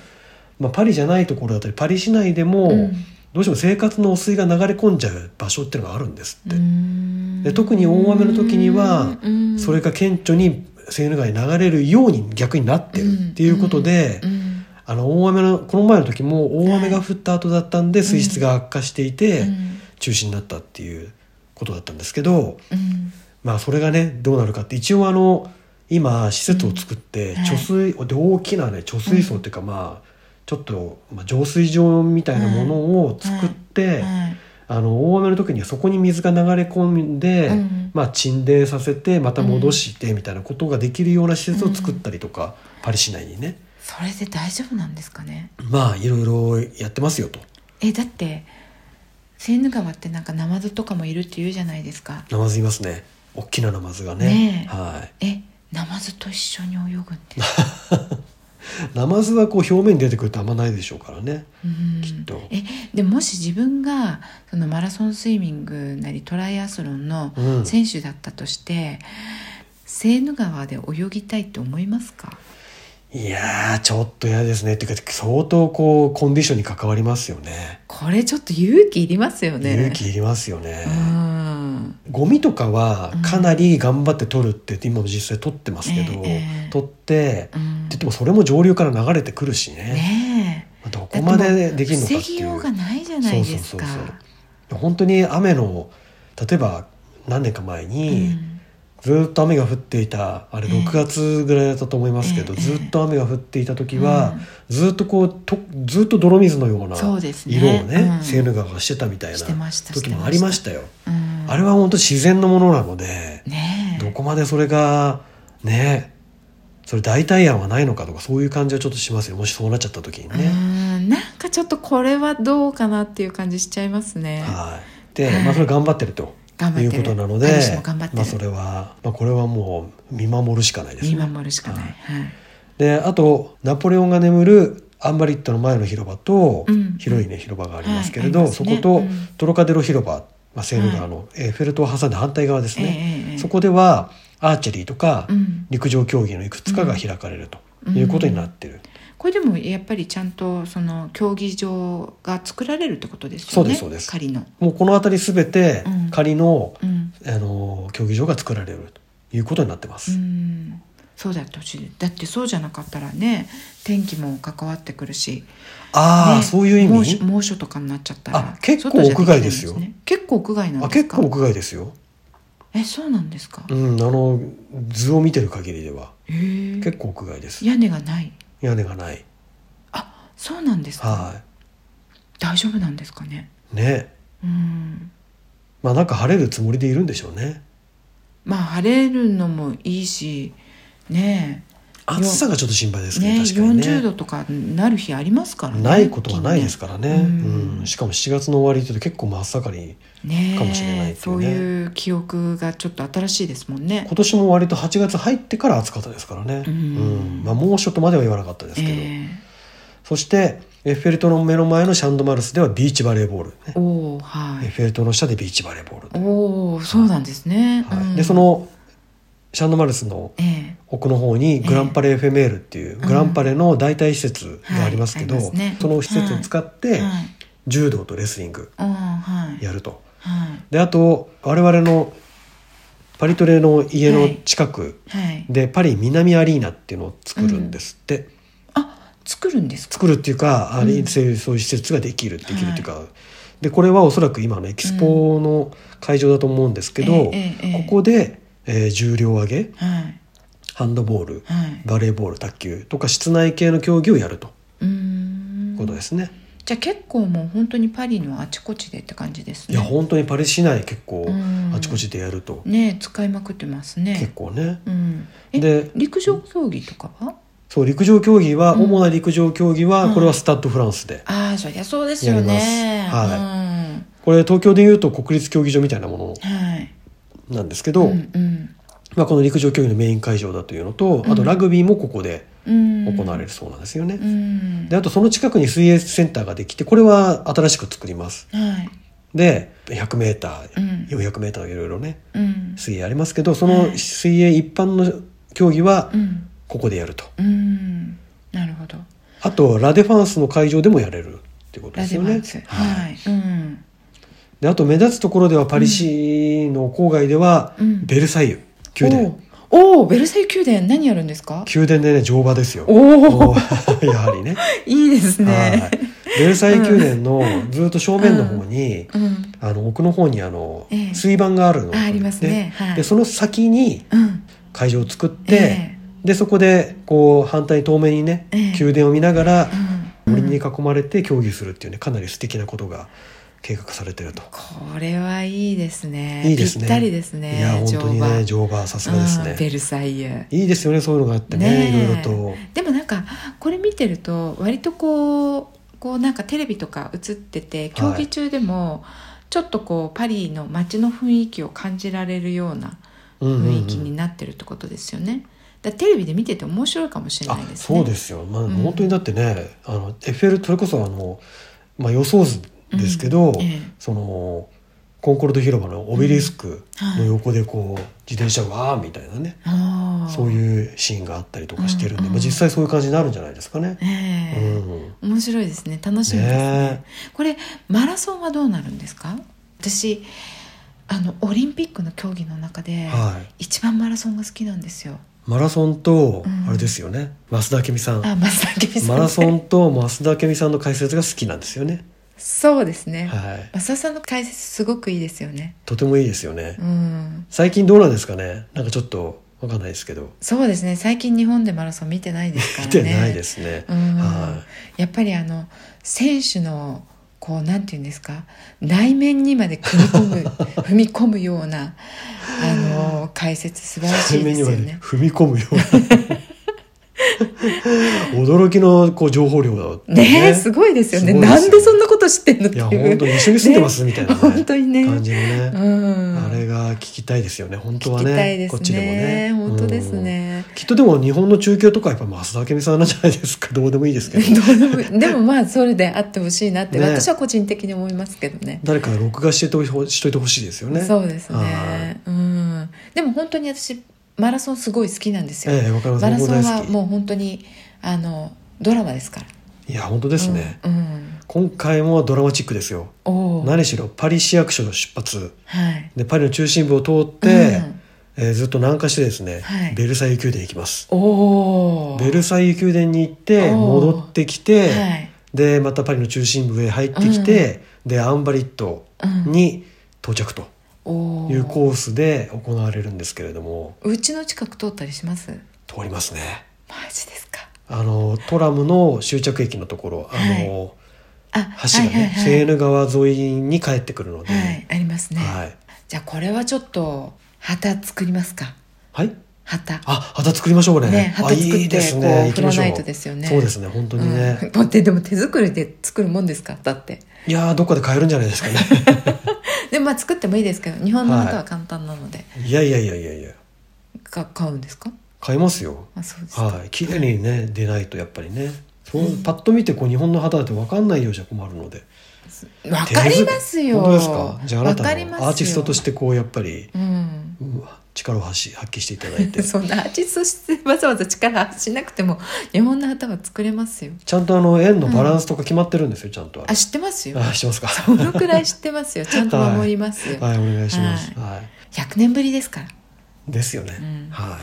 [SPEAKER 2] まあ、パリじゃないところだったりパリ市内でも、
[SPEAKER 1] うん
[SPEAKER 2] どうしても生活の汚水が流れ込んじゃう場所っていうのがあるんですって、
[SPEAKER 1] うん
[SPEAKER 2] で特に大雨の時には
[SPEAKER 1] うん
[SPEAKER 2] それが顕著にセーヌ川に流れるように逆になってるっていうことで、
[SPEAKER 1] うん
[SPEAKER 2] あの大雨のこの前の時も大雨が降った後だったんで水質が悪化していて
[SPEAKER 1] うん
[SPEAKER 2] 中止になったっていうことだったんですけど、
[SPEAKER 1] うん
[SPEAKER 2] まあそれがねどうなるかって一応あの今施設を作って
[SPEAKER 1] はい
[SPEAKER 2] 貯水、で大きなね貯水槽っていうかまあちょっと、まあ、浄水場みたいなものを作って、
[SPEAKER 1] はい
[SPEAKER 2] あの大雨の時にはそこに水が流れ込んで、
[SPEAKER 1] うん
[SPEAKER 2] まあ、沈殿させてまた戻してみたいなことができるような施設を作ったりとか、パリ市内にね
[SPEAKER 1] それで大丈夫なんですかね
[SPEAKER 2] まあいろいろやってますよと
[SPEAKER 1] えだってセーヌ川ってなんかナマズとかもいるって言うじゃないですか
[SPEAKER 2] ナマズいますね大きなナマズがね
[SPEAKER 1] ねえ
[SPEAKER 2] はい
[SPEAKER 1] えナマズと一緒に泳ぐって、
[SPEAKER 2] ナマズはこう表面に出てくるとあんまないでしょうからね
[SPEAKER 1] うん
[SPEAKER 2] きっと
[SPEAKER 1] えでもし自分がそのマラソンスイミングなりトライアスロンの
[SPEAKER 2] うん
[SPEAKER 1] 選手だったとして、セーヌ川で泳ぎたいって思いますか
[SPEAKER 2] いやーちょっと嫌ですねっていうか相当こうコンディションに関わりますよね
[SPEAKER 1] これちょっと勇気いりますよね
[SPEAKER 2] 勇気いりますよね、
[SPEAKER 1] うん
[SPEAKER 2] ゴミとかはかなり頑張って取るって今も実際取ってますけど、
[SPEAKER 1] ええ
[SPEAKER 2] 取って、
[SPEAKER 1] う
[SPEAKER 2] って
[SPEAKER 1] ん
[SPEAKER 2] 言ってもそれも上流から流れてくるしね
[SPEAKER 1] ねえ
[SPEAKER 2] どこまでできるのかって
[SPEAKER 1] だって
[SPEAKER 2] いう
[SPEAKER 1] もう防ぎようがないじゃないですか
[SPEAKER 2] 本当に雨の例えば何年か前に、
[SPEAKER 1] うん
[SPEAKER 2] ずっと雨が降っていたあれ
[SPEAKER 1] ええ
[SPEAKER 2] 6月ぐらいだったと思いますけど、
[SPEAKER 1] ええ
[SPEAKER 2] ずっと雨が降っていた時は、ずっとこうとずっと泥水のような色
[SPEAKER 1] そ
[SPEAKER 2] を
[SPEAKER 1] う
[SPEAKER 2] ね
[SPEAKER 1] ですねうん
[SPEAKER 2] セーヌ川がしてたみたい
[SPEAKER 1] して
[SPEAKER 2] な
[SPEAKER 1] ました、
[SPEAKER 2] 時もありましたたよ。
[SPEAKER 1] うん
[SPEAKER 2] あれは本当自然のものなので、
[SPEAKER 1] ねえ
[SPEAKER 2] どこまでそれがねそれ代替案はないのかとかそういう感じはちょっとしますよもしそうなっちゃった時に
[SPEAKER 1] う
[SPEAKER 2] ね。
[SPEAKER 1] んなんかちょっとこれはどうかなっていう感じしちゃいますね
[SPEAKER 2] はい、で、まあ、それ頑張ってると。
[SPEAKER 1] 頑張
[SPEAKER 2] い
[SPEAKER 1] っ
[SPEAKER 2] う
[SPEAKER 1] て
[SPEAKER 2] こ
[SPEAKER 1] る
[SPEAKER 2] となの
[SPEAKER 1] 私
[SPEAKER 2] で
[SPEAKER 1] も頑張ってる、
[SPEAKER 2] まあ、それは、まあ、これはもう見守るしかないです
[SPEAKER 1] 見
[SPEAKER 2] ね。
[SPEAKER 1] 守るしかない、はい
[SPEAKER 2] であとナポレオンが眠るアンバリットの前の広場と、
[SPEAKER 1] うん
[SPEAKER 2] 広いね広場がありますけれど、
[SPEAKER 1] はいあります
[SPEAKER 2] そ
[SPEAKER 1] ね
[SPEAKER 2] こと、
[SPEAKER 1] うん
[SPEAKER 2] トロカデロ広場、まあ、セーヌ川の、エッフェル塔を挟んで反対側ですね、
[SPEAKER 1] ええええ
[SPEAKER 2] そこではアーチェリーとか、
[SPEAKER 1] うん
[SPEAKER 2] 陸上競技のいくつかが開かれるということになってる、
[SPEAKER 1] これでもやっぱりちゃんとその競技場が作られるってことですよね
[SPEAKER 2] そうですそうです
[SPEAKER 1] 仮の、
[SPEAKER 2] もうこの辺り全て
[SPEAKER 1] うん
[SPEAKER 2] 仮の,、
[SPEAKER 1] うん
[SPEAKER 2] あの競技場が作られるということになってま
[SPEAKER 1] う
[SPEAKER 2] す、
[SPEAKER 1] んそうだってほしいだってそうじゃなかったらね天気も関わってくるし
[SPEAKER 2] ああ、
[SPEAKER 1] ね
[SPEAKER 2] そういう意
[SPEAKER 1] 猛
[SPEAKER 2] 味
[SPEAKER 1] 暑猛暑とかになっちゃったら
[SPEAKER 2] あ結構
[SPEAKER 1] 外じゃきないん
[SPEAKER 2] 屋外ですよ
[SPEAKER 1] 結構屋外なん
[SPEAKER 2] あ
[SPEAKER 1] です
[SPEAKER 2] 結
[SPEAKER 1] か
[SPEAKER 2] 構屋外ですよ、
[SPEAKER 1] えそうなんですか、
[SPEAKER 2] うん、あの図を見てる限りでは
[SPEAKER 1] へえ
[SPEAKER 2] 結構屋外です
[SPEAKER 1] 屋根がない
[SPEAKER 2] 屋根がない
[SPEAKER 1] あそうなんですか、
[SPEAKER 2] は
[SPEAKER 1] 大丈夫なんですかね
[SPEAKER 2] いね
[SPEAKER 1] うん
[SPEAKER 2] まあなんか晴れるつもりでいるんでしょうね
[SPEAKER 1] まあ晴れるのもいいしねえ
[SPEAKER 2] 暑さがちょっと心配ですね
[SPEAKER 1] ね
[SPEAKER 2] 確かにね
[SPEAKER 1] 40度とかなる日ありますからね
[SPEAKER 2] ないことはないですからね、
[SPEAKER 1] 近年
[SPEAKER 2] うんしかも7月の終わりって結構真っ盛り
[SPEAKER 1] ね
[SPEAKER 2] かもしれないってい
[SPEAKER 1] そうう
[SPEAKER 2] ね
[SPEAKER 1] いう記憶がちょっと新しいですもんね
[SPEAKER 2] 今年も割と8月入ってから暑かったですからね、
[SPEAKER 1] うん
[SPEAKER 2] うんまあ、猛暑とまでは言わなかったですけど、
[SPEAKER 1] え
[SPEAKER 2] そしてエッフェル塔の目の前のシャンドマルスではビーチバレーボール、ね
[SPEAKER 1] えおお
[SPEAKER 2] エ
[SPEAKER 1] は
[SPEAKER 2] ッ
[SPEAKER 1] い
[SPEAKER 2] フェル塔の下でビーチバレーボール、
[SPEAKER 1] おおそうなんですね、
[SPEAKER 2] はい
[SPEAKER 1] うん
[SPEAKER 2] でそのシャンドマルスの
[SPEAKER 1] ええ
[SPEAKER 2] 奥の方にグランパレエフェメールってい
[SPEAKER 1] え
[SPEAKER 2] う
[SPEAKER 1] え
[SPEAKER 2] グランパレの代替施設がありますけど、
[SPEAKER 1] はいありますね
[SPEAKER 2] その施設を使って
[SPEAKER 1] はい
[SPEAKER 2] 柔道とレスリング
[SPEAKER 1] うんはい
[SPEAKER 2] やると。
[SPEAKER 1] はい
[SPEAKER 2] であと我々のパリトレの家
[SPEAKER 1] は
[SPEAKER 2] の
[SPEAKER 1] い
[SPEAKER 2] 近く
[SPEAKER 1] はい
[SPEAKER 2] でパリ南アリーナっていうのを作るんですって、
[SPEAKER 1] あ作るんですか
[SPEAKER 2] 作るっていうか、あ
[SPEAKER 1] う
[SPEAKER 2] れ
[SPEAKER 1] ん
[SPEAKER 2] そういうそういう施設ができるできるっていうか、でこれはおそらく今のエキスポの会場だと思うんですけど、
[SPEAKER 1] ええええ
[SPEAKER 2] ここで、えー重量上げ
[SPEAKER 1] はい
[SPEAKER 2] ハンドボール
[SPEAKER 1] はい
[SPEAKER 2] バレーボール卓球とか室内系の競技をやると
[SPEAKER 1] うーん
[SPEAKER 2] いうことですね。
[SPEAKER 1] じゃあ結構もう本当にパリのあちこちでって感じです
[SPEAKER 2] い
[SPEAKER 1] ね
[SPEAKER 2] や本当にパリ市内結構
[SPEAKER 1] うん
[SPEAKER 2] あちこちでやると
[SPEAKER 1] ねえ使いまくってます
[SPEAKER 2] 結
[SPEAKER 1] ね
[SPEAKER 2] 構ね
[SPEAKER 1] うんえ
[SPEAKER 2] で
[SPEAKER 1] 陸上競技とかは
[SPEAKER 2] そう陸上競技は
[SPEAKER 1] うん
[SPEAKER 2] 主な陸上競技
[SPEAKER 1] う
[SPEAKER 2] は
[SPEAKER 1] ん
[SPEAKER 2] これはスタッドフランスで
[SPEAKER 1] ああそりゃそうですよね
[SPEAKER 2] やります
[SPEAKER 1] は
[SPEAKER 2] これ東京でいうと国立競技場みたいなも
[SPEAKER 1] い、うん、はい
[SPEAKER 2] のなんですけど
[SPEAKER 1] うんうん
[SPEAKER 2] まあこの陸上競技のメイン会場だというのと
[SPEAKER 1] うん
[SPEAKER 2] あとラグビーもここで
[SPEAKER 1] うん、
[SPEAKER 2] 行われるそうなんですよ
[SPEAKER 1] う
[SPEAKER 2] ね
[SPEAKER 1] ん
[SPEAKER 2] であとその近くに水泳センターができてこれは新しく作ります
[SPEAKER 1] はい
[SPEAKER 2] で 100m
[SPEAKER 1] うん、
[SPEAKER 2] 400m いろいろね
[SPEAKER 1] うん
[SPEAKER 2] 水泳ありますけどそ
[SPEAKER 1] は
[SPEAKER 2] の
[SPEAKER 1] い
[SPEAKER 2] 水泳一般の競技は
[SPEAKER 1] うん
[SPEAKER 2] ここでやると
[SPEAKER 1] うんなるほど
[SPEAKER 2] あとラ・デ・ファンスの会場でもやれるってことで
[SPEAKER 1] ラ
[SPEAKER 2] す
[SPEAKER 1] ジ
[SPEAKER 2] よ
[SPEAKER 1] バ
[SPEAKER 2] ね
[SPEAKER 1] ンス、
[SPEAKER 2] は
[SPEAKER 1] はいい、うん
[SPEAKER 2] であと目立つところではパリ市の郊外では
[SPEAKER 1] うん
[SPEAKER 2] ベルサイユ宮殿、
[SPEAKER 1] おうおうベルサイユ宮殿何やるんですか
[SPEAKER 2] 宮殿でね乗馬ですよ
[SPEAKER 1] お
[SPEAKER 2] お
[SPEAKER 1] お
[SPEAKER 2] ー やはりね
[SPEAKER 1] いいです
[SPEAKER 2] は
[SPEAKER 1] ね
[SPEAKER 2] いベルサイユ宮殿のずっと正面の方に、
[SPEAKER 1] うん
[SPEAKER 2] あの奥の方にあの
[SPEAKER 1] ええ
[SPEAKER 2] 水盤があるの
[SPEAKER 1] あありますねはい
[SPEAKER 2] でその先に
[SPEAKER 1] うん
[SPEAKER 2] 会場を作って、
[SPEAKER 1] え
[SPEAKER 2] でそこでこう反対遠目にね、
[SPEAKER 1] ええ
[SPEAKER 2] 宮殿を見ながら
[SPEAKER 1] えうん
[SPEAKER 2] 森に囲まれて競技するっていうねかなり素敵なことが計画されてると、
[SPEAKER 1] これはいいですね
[SPEAKER 2] いいですね
[SPEAKER 1] ぴったりですね
[SPEAKER 2] いや本当にね
[SPEAKER 1] 乗
[SPEAKER 2] 乗馬さす
[SPEAKER 1] 馬
[SPEAKER 2] がです
[SPEAKER 1] うん
[SPEAKER 2] ね
[SPEAKER 1] ベルサイユ
[SPEAKER 2] いいですよねそういうのがあってね
[SPEAKER 1] ねえ
[SPEAKER 2] いろいろと
[SPEAKER 1] でもなんかこれ見てると割とこうこうなんかテレビとか映ってて競技中でもちょっとこうパリの街の雰囲気を感じられるような
[SPEAKER 2] うんうんうん
[SPEAKER 1] 雰囲気になってるってことですよね、だからテレビで見てて面白いかもしれ
[SPEAKER 2] あ
[SPEAKER 1] ないですね
[SPEAKER 2] そうですよ、まあ
[SPEAKER 1] うん
[SPEAKER 2] 本当にだってねあのエッフェルそれこそあの、まあ、予想図ですけ
[SPEAKER 1] う
[SPEAKER 2] ど、
[SPEAKER 1] んええ
[SPEAKER 2] そのコンコルド広場のオベリスク
[SPEAKER 1] う
[SPEAKER 2] の
[SPEAKER 1] ん
[SPEAKER 2] 横でこう自転車がわーみたいなね
[SPEAKER 1] ああ
[SPEAKER 2] そういうシーンがあったりとかしてるんで、
[SPEAKER 1] うんうん
[SPEAKER 2] まあ、実際そういう感じになるんじゃないですかね。
[SPEAKER 1] ええ
[SPEAKER 2] うん
[SPEAKER 1] 面白いですね楽しみですね
[SPEAKER 2] ね
[SPEAKER 1] これマラソンはどうなるんですか私あのオリンピックの競技の中で、
[SPEAKER 2] は
[SPEAKER 1] 一番マラソンが好きなんですよ
[SPEAKER 2] い、マラソンと、
[SPEAKER 1] うん
[SPEAKER 2] あれですよね増田明美さん
[SPEAKER 1] あ松田明美さん
[SPEAKER 2] マラソンと増田明美さんの解説が好きなんですよね、
[SPEAKER 1] そうですね、
[SPEAKER 2] はい、
[SPEAKER 1] 増田さんの解説すごくいいですよね
[SPEAKER 2] とてもいいですよね、
[SPEAKER 1] うん
[SPEAKER 2] 最近どうなんですかねなんかちょっとわかんないですけど
[SPEAKER 1] そうですね最近日本でマラソン見てないですから
[SPEAKER 2] 見
[SPEAKER 1] ね
[SPEAKER 2] てないですね
[SPEAKER 1] うん
[SPEAKER 2] は
[SPEAKER 1] やっぱりあの選手のこうなんていうんですか内面にまで踏み込む 踏み込むようなあの解説素晴らしいですよ
[SPEAKER 2] ま
[SPEAKER 1] ね。
[SPEAKER 2] 踏み込むような 驚きのこう情報量だった
[SPEAKER 1] ねえすごいですよね
[SPEAKER 2] すごいですよ
[SPEAKER 1] なんでそんなこと知ってんのってい
[SPEAKER 2] いや
[SPEAKER 1] う
[SPEAKER 2] 本当に一緒に住んでますみたいな、ね
[SPEAKER 1] 本当にね
[SPEAKER 2] 感じのね、
[SPEAKER 1] うん
[SPEAKER 2] あれが聞きたいですよね本当は
[SPEAKER 1] 聞き
[SPEAKER 2] ね
[SPEAKER 1] たいですね
[SPEAKER 2] こっちでもね
[SPEAKER 1] 本当ですね、
[SPEAKER 2] うんきっとでも日本の中継とかやっぱ増田明美さんなんじゃないですかど うでもいいですけど
[SPEAKER 1] どうでもで もまあそれであってほしいなって、
[SPEAKER 2] ね
[SPEAKER 1] 私は個人的に思いますけどね
[SPEAKER 2] 誰か録画してといてほしといてほしいですよね
[SPEAKER 1] そうです
[SPEAKER 2] はい
[SPEAKER 1] ねうんでも本当に私マラソンすごい好きなんですよ、
[SPEAKER 2] ええわかります
[SPEAKER 1] マラソン
[SPEAKER 2] 僕も大
[SPEAKER 1] は
[SPEAKER 2] 好き
[SPEAKER 1] もう本当にあのドラマですから
[SPEAKER 2] いや本当ですね、
[SPEAKER 1] うん、うん
[SPEAKER 2] 今回もドラマチックですよ
[SPEAKER 1] おー
[SPEAKER 2] 何しろパリ市役所の出発
[SPEAKER 1] はい
[SPEAKER 2] でパリの中心部を通って、
[SPEAKER 1] うん
[SPEAKER 2] えーずっと南下してですね、
[SPEAKER 1] はい
[SPEAKER 2] ベルサイユ宮殿行きます
[SPEAKER 1] おー
[SPEAKER 2] ベルサイユ宮殿に行って
[SPEAKER 1] おー
[SPEAKER 2] 戻ってきて、
[SPEAKER 1] はい
[SPEAKER 2] でまたパリの中心部へ入ってきて、でアンバリットに到着と
[SPEAKER 1] お
[SPEAKER 2] いう
[SPEAKER 1] ー
[SPEAKER 2] コースで行われるんですけれども
[SPEAKER 1] うちの近く通ったりします
[SPEAKER 2] 通りますね
[SPEAKER 1] マジですか
[SPEAKER 2] あのトラムの終着駅のところあの、
[SPEAKER 1] あ
[SPEAKER 2] 橋がね、
[SPEAKER 1] はいはいはい
[SPEAKER 2] セーヌ川沿いに帰ってくるので、
[SPEAKER 1] はい、ありますね、
[SPEAKER 2] はい
[SPEAKER 1] じゃあこれはちょっと旗作りますか
[SPEAKER 2] はい
[SPEAKER 1] 旗
[SPEAKER 2] あ旗作りましょうね
[SPEAKER 1] ね
[SPEAKER 2] あ
[SPEAKER 1] 旗作って
[SPEAKER 2] いいです
[SPEAKER 1] こ
[SPEAKER 2] ね
[SPEAKER 1] う
[SPEAKER 2] 行きましょ
[SPEAKER 1] 振
[SPEAKER 2] う
[SPEAKER 1] らないとですよね
[SPEAKER 2] そうですね本当にね、
[SPEAKER 1] うん、だってでも手作りで作るもんですかだって
[SPEAKER 2] いやーどっかで買えるんじゃないですかね
[SPEAKER 1] でもまあ作ってもいいですけど日本の旗は簡単なので、
[SPEAKER 2] いやいやいやいやいや
[SPEAKER 1] が買うんですか
[SPEAKER 2] 買いますよ
[SPEAKER 1] あそうですか、
[SPEAKER 2] はい綺麗にね出ないとやっぱりねそうパッと見てこう日本の旗だって分かんないようじゃ困るので
[SPEAKER 1] わかりますよ
[SPEAKER 2] 手作り本当ですかじゃああなた
[SPEAKER 1] わかります
[SPEAKER 2] の
[SPEAKER 1] よ
[SPEAKER 2] アーティストとしてこうやっぱり、
[SPEAKER 1] うん
[SPEAKER 2] うん力を発し発揮していただい て
[SPEAKER 1] そんなアーティストしてわざわざ力発しなくても日本の旗は作れますよ
[SPEAKER 2] ちゃんとあの円のバランスとか決まってるんですよ、ちゃんとあれ
[SPEAKER 1] あ知ってますよ
[SPEAKER 2] あしてますか
[SPEAKER 1] このくらい知ってますよちゃんと守りますよ、
[SPEAKER 2] はい、お願いします。
[SPEAKER 1] は
[SPEAKER 2] はい、
[SPEAKER 1] 100年ぶりですから、
[SPEAKER 2] ですよね。
[SPEAKER 1] うん
[SPEAKER 2] は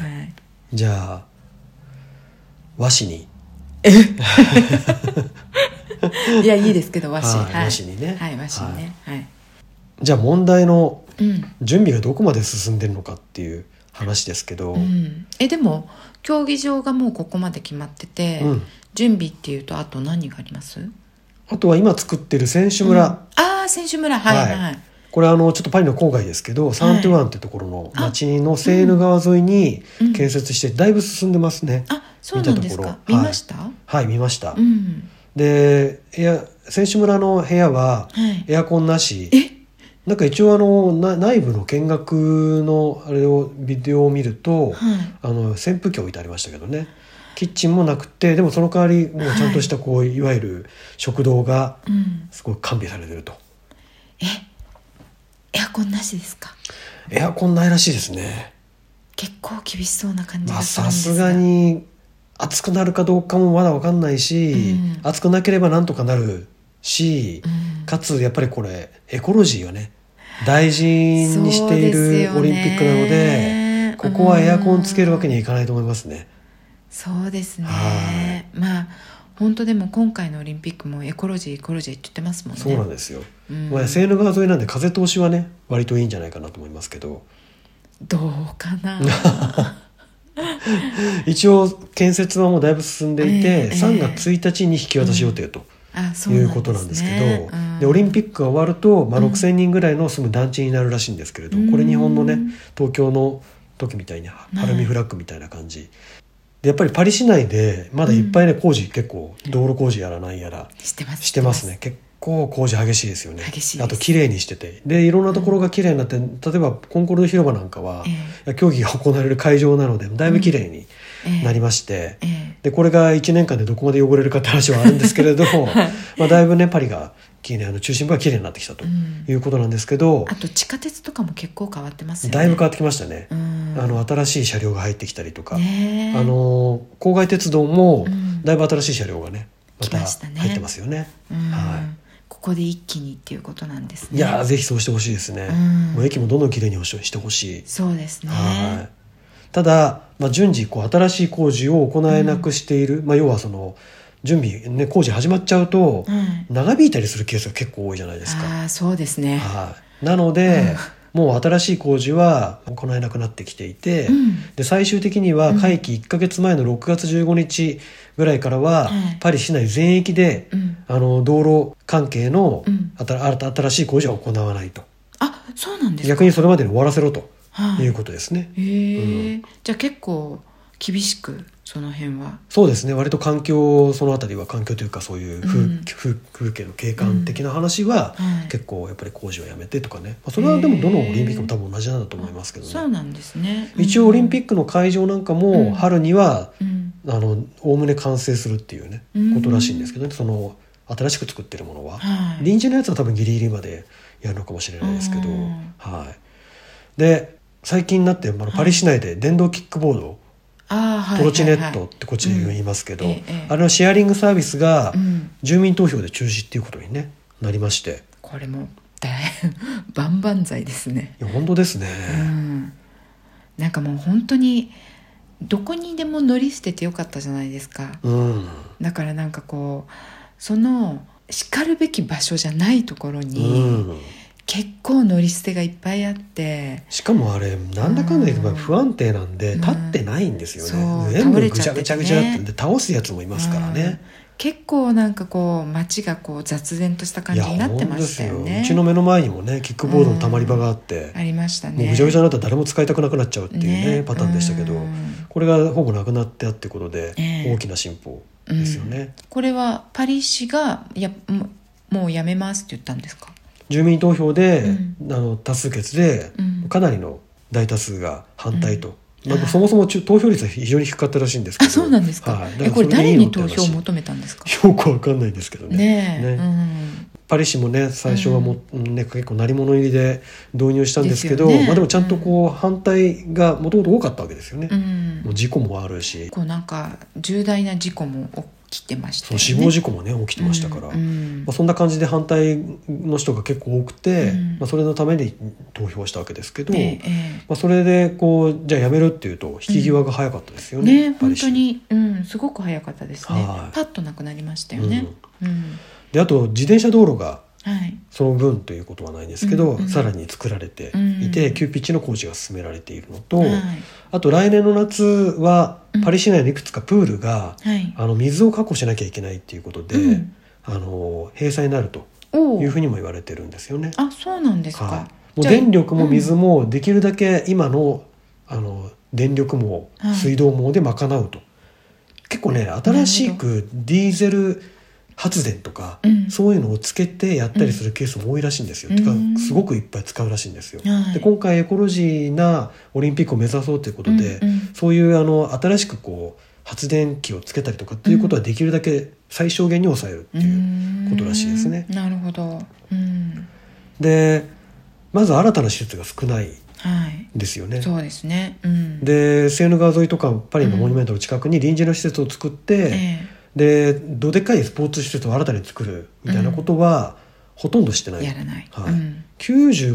[SPEAKER 1] い
[SPEAKER 2] い、じゃあ。和紙に。
[SPEAKER 1] いやいいですけど和紙
[SPEAKER 2] はい和紙にね
[SPEAKER 1] はい和紙にねはい、
[SPEAKER 2] じゃあ、問題の
[SPEAKER 1] うん、
[SPEAKER 2] 準備がどこまで進んでるのかっていう話ですけど。
[SPEAKER 1] うん、えでも競技場がもうここまで決まってて、
[SPEAKER 2] うん
[SPEAKER 1] 準備っていうとあと何があります
[SPEAKER 2] あとは今作ってる選手村、
[SPEAKER 1] ああ選手村はいはい、
[SPEAKER 2] はこれあのちょっとパリの郊外ですけど、サントゥアンってところの
[SPEAKER 1] あ
[SPEAKER 2] 町のセーヌ川沿いに
[SPEAKER 1] うん
[SPEAKER 2] 建設してだいぶ進んでますね、
[SPEAKER 1] あそうなんです
[SPEAKER 2] 見た
[SPEAKER 1] か
[SPEAKER 2] ところ
[SPEAKER 1] 見
[SPEAKER 2] はい
[SPEAKER 1] ました、
[SPEAKER 2] はい見ました、
[SPEAKER 1] うん
[SPEAKER 2] でいや選手村の部屋は
[SPEAKER 1] はい
[SPEAKER 2] エアコンなし
[SPEAKER 1] え
[SPEAKER 2] なんか一応あのな内部の見学のあれをビデオを見ると、
[SPEAKER 1] はい
[SPEAKER 2] あの扇風機置いてありましたけどねキッチンもなくてでもその代わりもうちゃんとしたこう、い、わゆる食堂が
[SPEAKER 1] うん
[SPEAKER 2] すごい完備されてると
[SPEAKER 1] えエアコンなしですか
[SPEAKER 2] エアコンないらしいですね
[SPEAKER 1] 結構厳しそうな感じ
[SPEAKER 2] ま
[SPEAKER 1] が
[SPEAKER 2] あ
[SPEAKER 1] するん
[SPEAKER 2] さ
[SPEAKER 1] です
[SPEAKER 2] す
[SPEAKER 1] が、
[SPEAKER 2] がに暑くなるかどうかもまだ分かんないし、
[SPEAKER 1] うん
[SPEAKER 2] 暑くなければなんとかなるし、
[SPEAKER 1] うん
[SPEAKER 2] かつやっぱりこれエコロジーよね大事にしてい
[SPEAKER 1] そうです
[SPEAKER 2] る
[SPEAKER 1] よね
[SPEAKER 2] オリンピックなのでここはエアコンつけるわけにはいかないと思いますね。
[SPEAKER 1] そうです
[SPEAKER 2] は
[SPEAKER 1] ねまあ本当でも今回のオリンピックもエコロジーエコロジーって言ってますもんね
[SPEAKER 2] そうなんですよ、
[SPEAKER 1] うん
[SPEAKER 2] まあ、セーヌ川沿いなんで風通しはね割といいんじゃないかなと思いますけど
[SPEAKER 1] どうか な
[SPEAKER 2] 一応建設はもうだいぶ進んでいて、
[SPEAKER 1] ええ
[SPEAKER 2] 3月1日に引き渡し予定と。
[SPEAKER 1] あそう
[SPEAKER 2] い
[SPEAKER 1] なんですね
[SPEAKER 2] うことなんですけど、
[SPEAKER 1] うん
[SPEAKER 2] でオリンピックが終わると、まあ、
[SPEAKER 1] うん
[SPEAKER 2] 6,000人ぐらいの住む団地になるらしいんですけれど、
[SPEAKER 1] うん
[SPEAKER 2] これ日本のね東京の時みたいに晴海フラッグみたいな感じ、でやっぱりパリ市内でまだいっぱいね工事結構道路工事やらなんやら
[SPEAKER 1] してます
[SPEAKER 2] してますね結構工事激しいですよね
[SPEAKER 1] 激しいです
[SPEAKER 2] あと綺麗にしててでいろんなところが綺麗になって、例えばコンコルド広場なんかは
[SPEAKER 1] え、
[SPEAKER 2] 競技が行われる会場なのでだいぶ綺麗になりまして、
[SPEAKER 1] ええ
[SPEAKER 2] でこれが1年間でどこまで汚れるかって話はあるんです けれど、まあ、だいぶねパリが綺麗あの中心部が綺麗になってきたと
[SPEAKER 1] うん
[SPEAKER 2] いうことなんですけど、
[SPEAKER 1] あと地下鉄とかも結構変わってますよね
[SPEAKER 2] だいぶ変わってきましたね
[SPEAKER 1] う、ん
[SPEAKER 2] あの新しい車両が入ってきたりとか、
[SPEAKER 1] ねえ
[SPEAKER 2] あの郊外鉄道も
[SPEAKER 1] うん
[SPEAKER 2] だいぶ新しい車両がねまた
[SPEAKER 1] 来ましたね
[SPEAKER 2] 入ってますよね。
[SPEAKER 1] うん
[SPEAKER 2] は
[SPEAKER 1] ここで一気にっていうことなんですね
[SPEAKER 2] いやーぜひそうしてほしいですね、
[SPEAKER 1] うん
[SPEAKER 2] もう駅もどんどん綺麗にしてほしい
[SPEAKER 1] そうですね
[SPEAKER 2] はい。ただ、まあ、順次こう新しい工事を行えなくしている、まあ、要はその準備、ね、工事始まっちゃうと
[SPEAKER 1] うん
[SPEAKER 2] 長引いたりするケースが結構多いじゃないですか。
[SPEAKER 1] ああそうですね
[SPEAKER 2] はい、なので、もう新しい工事は行えなくなってきていて、
[SPEAKER 1] うん
[SPEAKER 2] で最終的には会期1ヶ月前の6月15日ぐらいからは、
[SPEAKER 1] はい
[SPEAKER 2] パリ市内全域で、
[SPEAKER 1] うん
[SPEAKER 2] あの道路関係の
[SPEAKER 1] うん
[SPEAKER 2] あた新新しい工事は行わないと
[SPEAKER 1] あそうなんですか
[SPEAKER 2] 逆にそれまでに終わらせろと
[SPEAKER 1] はい
[SPEAKER 2] いうことですね。
[SPEAKER 1] へえ、じゃあ結構厳しくその辺は
[SPEAKER 2] そうですね割と環境そのあたりは環境というかそういう風,、
[SPEAKER 1] うん
[SPEAKER 2] 風風景の景観的な話は、
[SPEAKER 1] うんはい
[SPEAKER 2] 結構やっぱり工事をやめてとかね、まあ、それはでもどのオリンピックも多分同じなんだと思いますけど
[SPEAKER 1] そ
[SPEAKER 2] ね、
[SPEAKER 1] うなんですね
[SPEAKER 2] 一応オリンピ
[SPEAKER 1] ッ
[SPEAKER 2] ックの会場なんか
[SPEAKER 1] うん
[SPEAKER 2] も春には
[SPEAKER 1] ク、うん
[SPEAKER 2] あのおおむね完成するっていうね、
[SPEAKER 1] うん
[SPEAKER 2] ことらしいんですけどねその新しく作ってるものは、
[SPEAKER 1] はい
[SPEAKER 2] 臨時のやつは多分ギリギリまでやるのかもしれないですけど、
[SPEAKER 1] うん
[SPEAKER 2] はいで最近になってあのパリ市内で電動キックボード、
[SPEAKER 1] あーはい
[SPEAKER 2] トロチネットっ
[SPEAKER 1] はい
[SPEAKER 2] てこっちで言いますけど、
[SPEAKER 1] うんええええ
[SPEAKER 2] あれのシェアリングサービスが
[SPEAKER 1] はいうん、
[SPEAKER 2] 住民投票で中止っていうことに、ね、なりまして
[SPEAKER 1] これも大変 万々歳ですね、
[SPEAKER 2] いや本当ですね、
[SPEAKER 1] うん、なんかもう本当にどこにでも乗り捨ててよかったじゃないですか
[SPEAKER 2] うん
[SPEAKER 1] だからなんかこうそのしかるべき場所じゃないところ
[SPEAKER 2] う
[SPEAKER 1] に、
[SPEAKER 2] ん
[SPEAKER 1] 結構乗り捨てがいっぱいあって
[SPEAKER 2] しかもあれなんだかんだ言って
[SPEAKER 1] うん
[SPEAKER 2] 不安定なんで
[SPEAKER 1] うん
[SPEAKER 2] 立ってないんですよ
[SPEAKER 1] そう
[SPEAKER 2] ね、全
[SPEAKER 1] 倒
[SPEAKER 2] 部
[SPEAKER 1] れ
[SPEAKER 2] ぐ
[SPEAKER 1] ち
[SPEAKER 2] ち
[SPEAKER 1] ゃ
[SPEAKER 2] ゃ
[SPEAKER 1] っ
[SPEAKER 2] ぐ
[SPEAKER 1] ててね
[SPEAKER 2] ちゃぐちゃだってんで倒すやつもいますからね
[SPEAKER 1] うん、結構なんかこう街がこう雑然とした感
[SPEAKER 2] い
[SPEAKER 1] じ
[SPEAKER 2] や
[SPEAKER 1] になって
[SPEAKER 2] 本当
[SPEAKER 1] ま
[SPEAKER 2] で
[SPEAKER 1] し
[SPEAKER 2] す
[SPEAKER 1] たよ
[SPEAKER 2] よ
[SPEAKER 1] ね
[SPEAKER 2] うちの目の前にもねキックボードのたまり場があって、
[SPEAKER 1] ありました
[SPEAKER 2] もう
[SPEAKER 1] ね
[SPEAKER 2] ぐちゃぐちゃになったら誰も使いたくなくなっちゃうっていうね
[SPEAKER 1] ね
[SPEAKER 2] パターンでしたけど、
[SPEAKER 1] うん
[SPEAKER 2] これがほぼなくなってあってことで、
[SPEAKER 1] ええ
[SPEAKER 2] 大きな進歩ですよね。
[SPEAKER 1] これはパリ市がいやもうもうやめますって言ったんですか
[SPEAKER 2] 住民投票で、
[SPEAKER 1] う
[SPEAKER 2] あの多数決で、
[SPEAKER 1] うん
[SPEAKER 2] かなりの大多数が反対と、
[SPEAKER 1] うん
[SPEAKER 2] なんかそもそも中投票率は非常に低かったらしいんですけ
[SPEAKER 1] あ
[SPEAKER 2] ど
[SPEAKER 1] そうなんですか,、
[SPEAKER 2] はい、だ
[SPEAKER 1] え
[SPEAKER 2] ら
[SPEAKER 1] これ
[SPEAKER 2] そでい
[SPEAKER 1] 誰
[SPEAKER 2] いの
[SPEAKER 1] に
[SPEAKER 2] って
[SPEAKER 1] 投票を
[SPEAKER 2] 話
[SPEAKER 1] 求めたんですか
[SPEAKER 2] よくわかんないんですけどね
[SPEAKER 1] ねえ、
[SPEAKER 2] ねパリ市もね最初はも、うね、結構鳴り物入りで導入したんですけど
[SPEAKER 1] ですよね
[SPEAKER 2] まあ、でもちゃんとこう、反対がもともと多かったわけですよね、
[SPEAKER 1] うん、うん
[SPEAKER 2] もう事故もあるし
[SPEAKER 1] こうなんか重大な事故も起きてました
[SPEAKER 2] そ
[SPEAKER 1] よ
[SPEAKER 2] う
[SPEAKER 1] ね
[SPEAKER 2] 死亡事故もね起きてましたから、
[SPEAKER 1] うんうん
[SPEAKER 2] まあ、そんな感じで反対の人が結構多くて、
[SPEAKER 1] うん
[SPEAKER 2] まあ、それのために投票したわけですけど、
[SPEAKER 1] えええ
[SPEAKER 2] まあ、それでこうじゃあやめるっていうと引き際が早かったです
[SPEAKER 1] え
[SPEAKER 2] よね,
[SPEAKER 1] ね
[SPEAKER 2] やっぱ
[SPEAKER 1] 本
[SPEAKER 2] りし、
[SPEAKER 1] 当に、うん、すごく早かったですね
[SPEAKER 2] はい
[SPEAKER 1] パッとなくなりましたよね、うん
[SPEAKER 2] であと自転車道路が
[SPEAKER 1] はい
[SPEAKER 2] その分ということはないんですけど、
[SPEAKER 1] うんうん
[SPEAKER 2] さらに作られていて、
[SPEAKER 1] うん
[SPEAKER 2] 急ピッチの工事が進められているのと、
[SPEAKER 1] はい
[SPEAKER 2] あと来年の夏は
[SPEAKER 1] うん
[SPEAKER 2] パリ市内のいくつかプールが、
[SPEAKER 1] はい
[SPEAKER 2] あの水を確保しなきゃいけないっていうことで、
[SPEAKER 1] うん
[SPEAKER 2] あの閉鎖になると
[SPEAKER 1] おお
[SPEAKER 2] いうふうにも言われてるんですよね。
[SPEAKER 1] あそうなんですか、
[SPEAKER 2] はい、もう
[SPEAKER 1] じゃあ
[SPEAKER 2] 電力も水もできるだけ今の,、あの電力網
[SPEAKER 1] はい
[SPEAKER 2] 水道網で賄うと、結構ね新しくディーゼル発電とか、
[SPEAKER 1] うん
[SPEAKER 2] そういうのをつけてやったりするケースも多いらしいんですよ、
[SPEAKER 1] うん
[SPEAKER 2] てか
[SPEAKER 1] うん
[SPEAKER 2] すごくいっぱい使うらしいんですよ。
[SPEAKER 1] はい
[SPEAKER 2] で今回エコロジーなオリンピックを目指そうということで、
[SPEAKER 1] うんうん
[SPEAKER 2] そういうあの新しくこう発電機をつけたりとかっていうことはできるだけ最小限に抑えるっていう、ことらしいですね
[SPEAKER 1] うーんなるほど。うん、
[SPEAKER 2] でまず新たな施設が少ないん
[SPEAKER 1] はい。
[SPEAKER 2] ですよね。
[SPEAKER 1] そうですね。うん。
[SPEAKER 2] でセーヌ川沿いとかパリのモニュメントの近くに臨時の施設を作って、
[SPEAKER 1] え
[SPEAKER 2] でどでかいスポーツ施設を新たに作るみたいなことはほとんどしてな
[SPEAKER 1] え
[SPEAKER 2] い、
[SPEAKER 1] やらない。
[SPEAKER 2] はい
[SPEAKER 1] うん、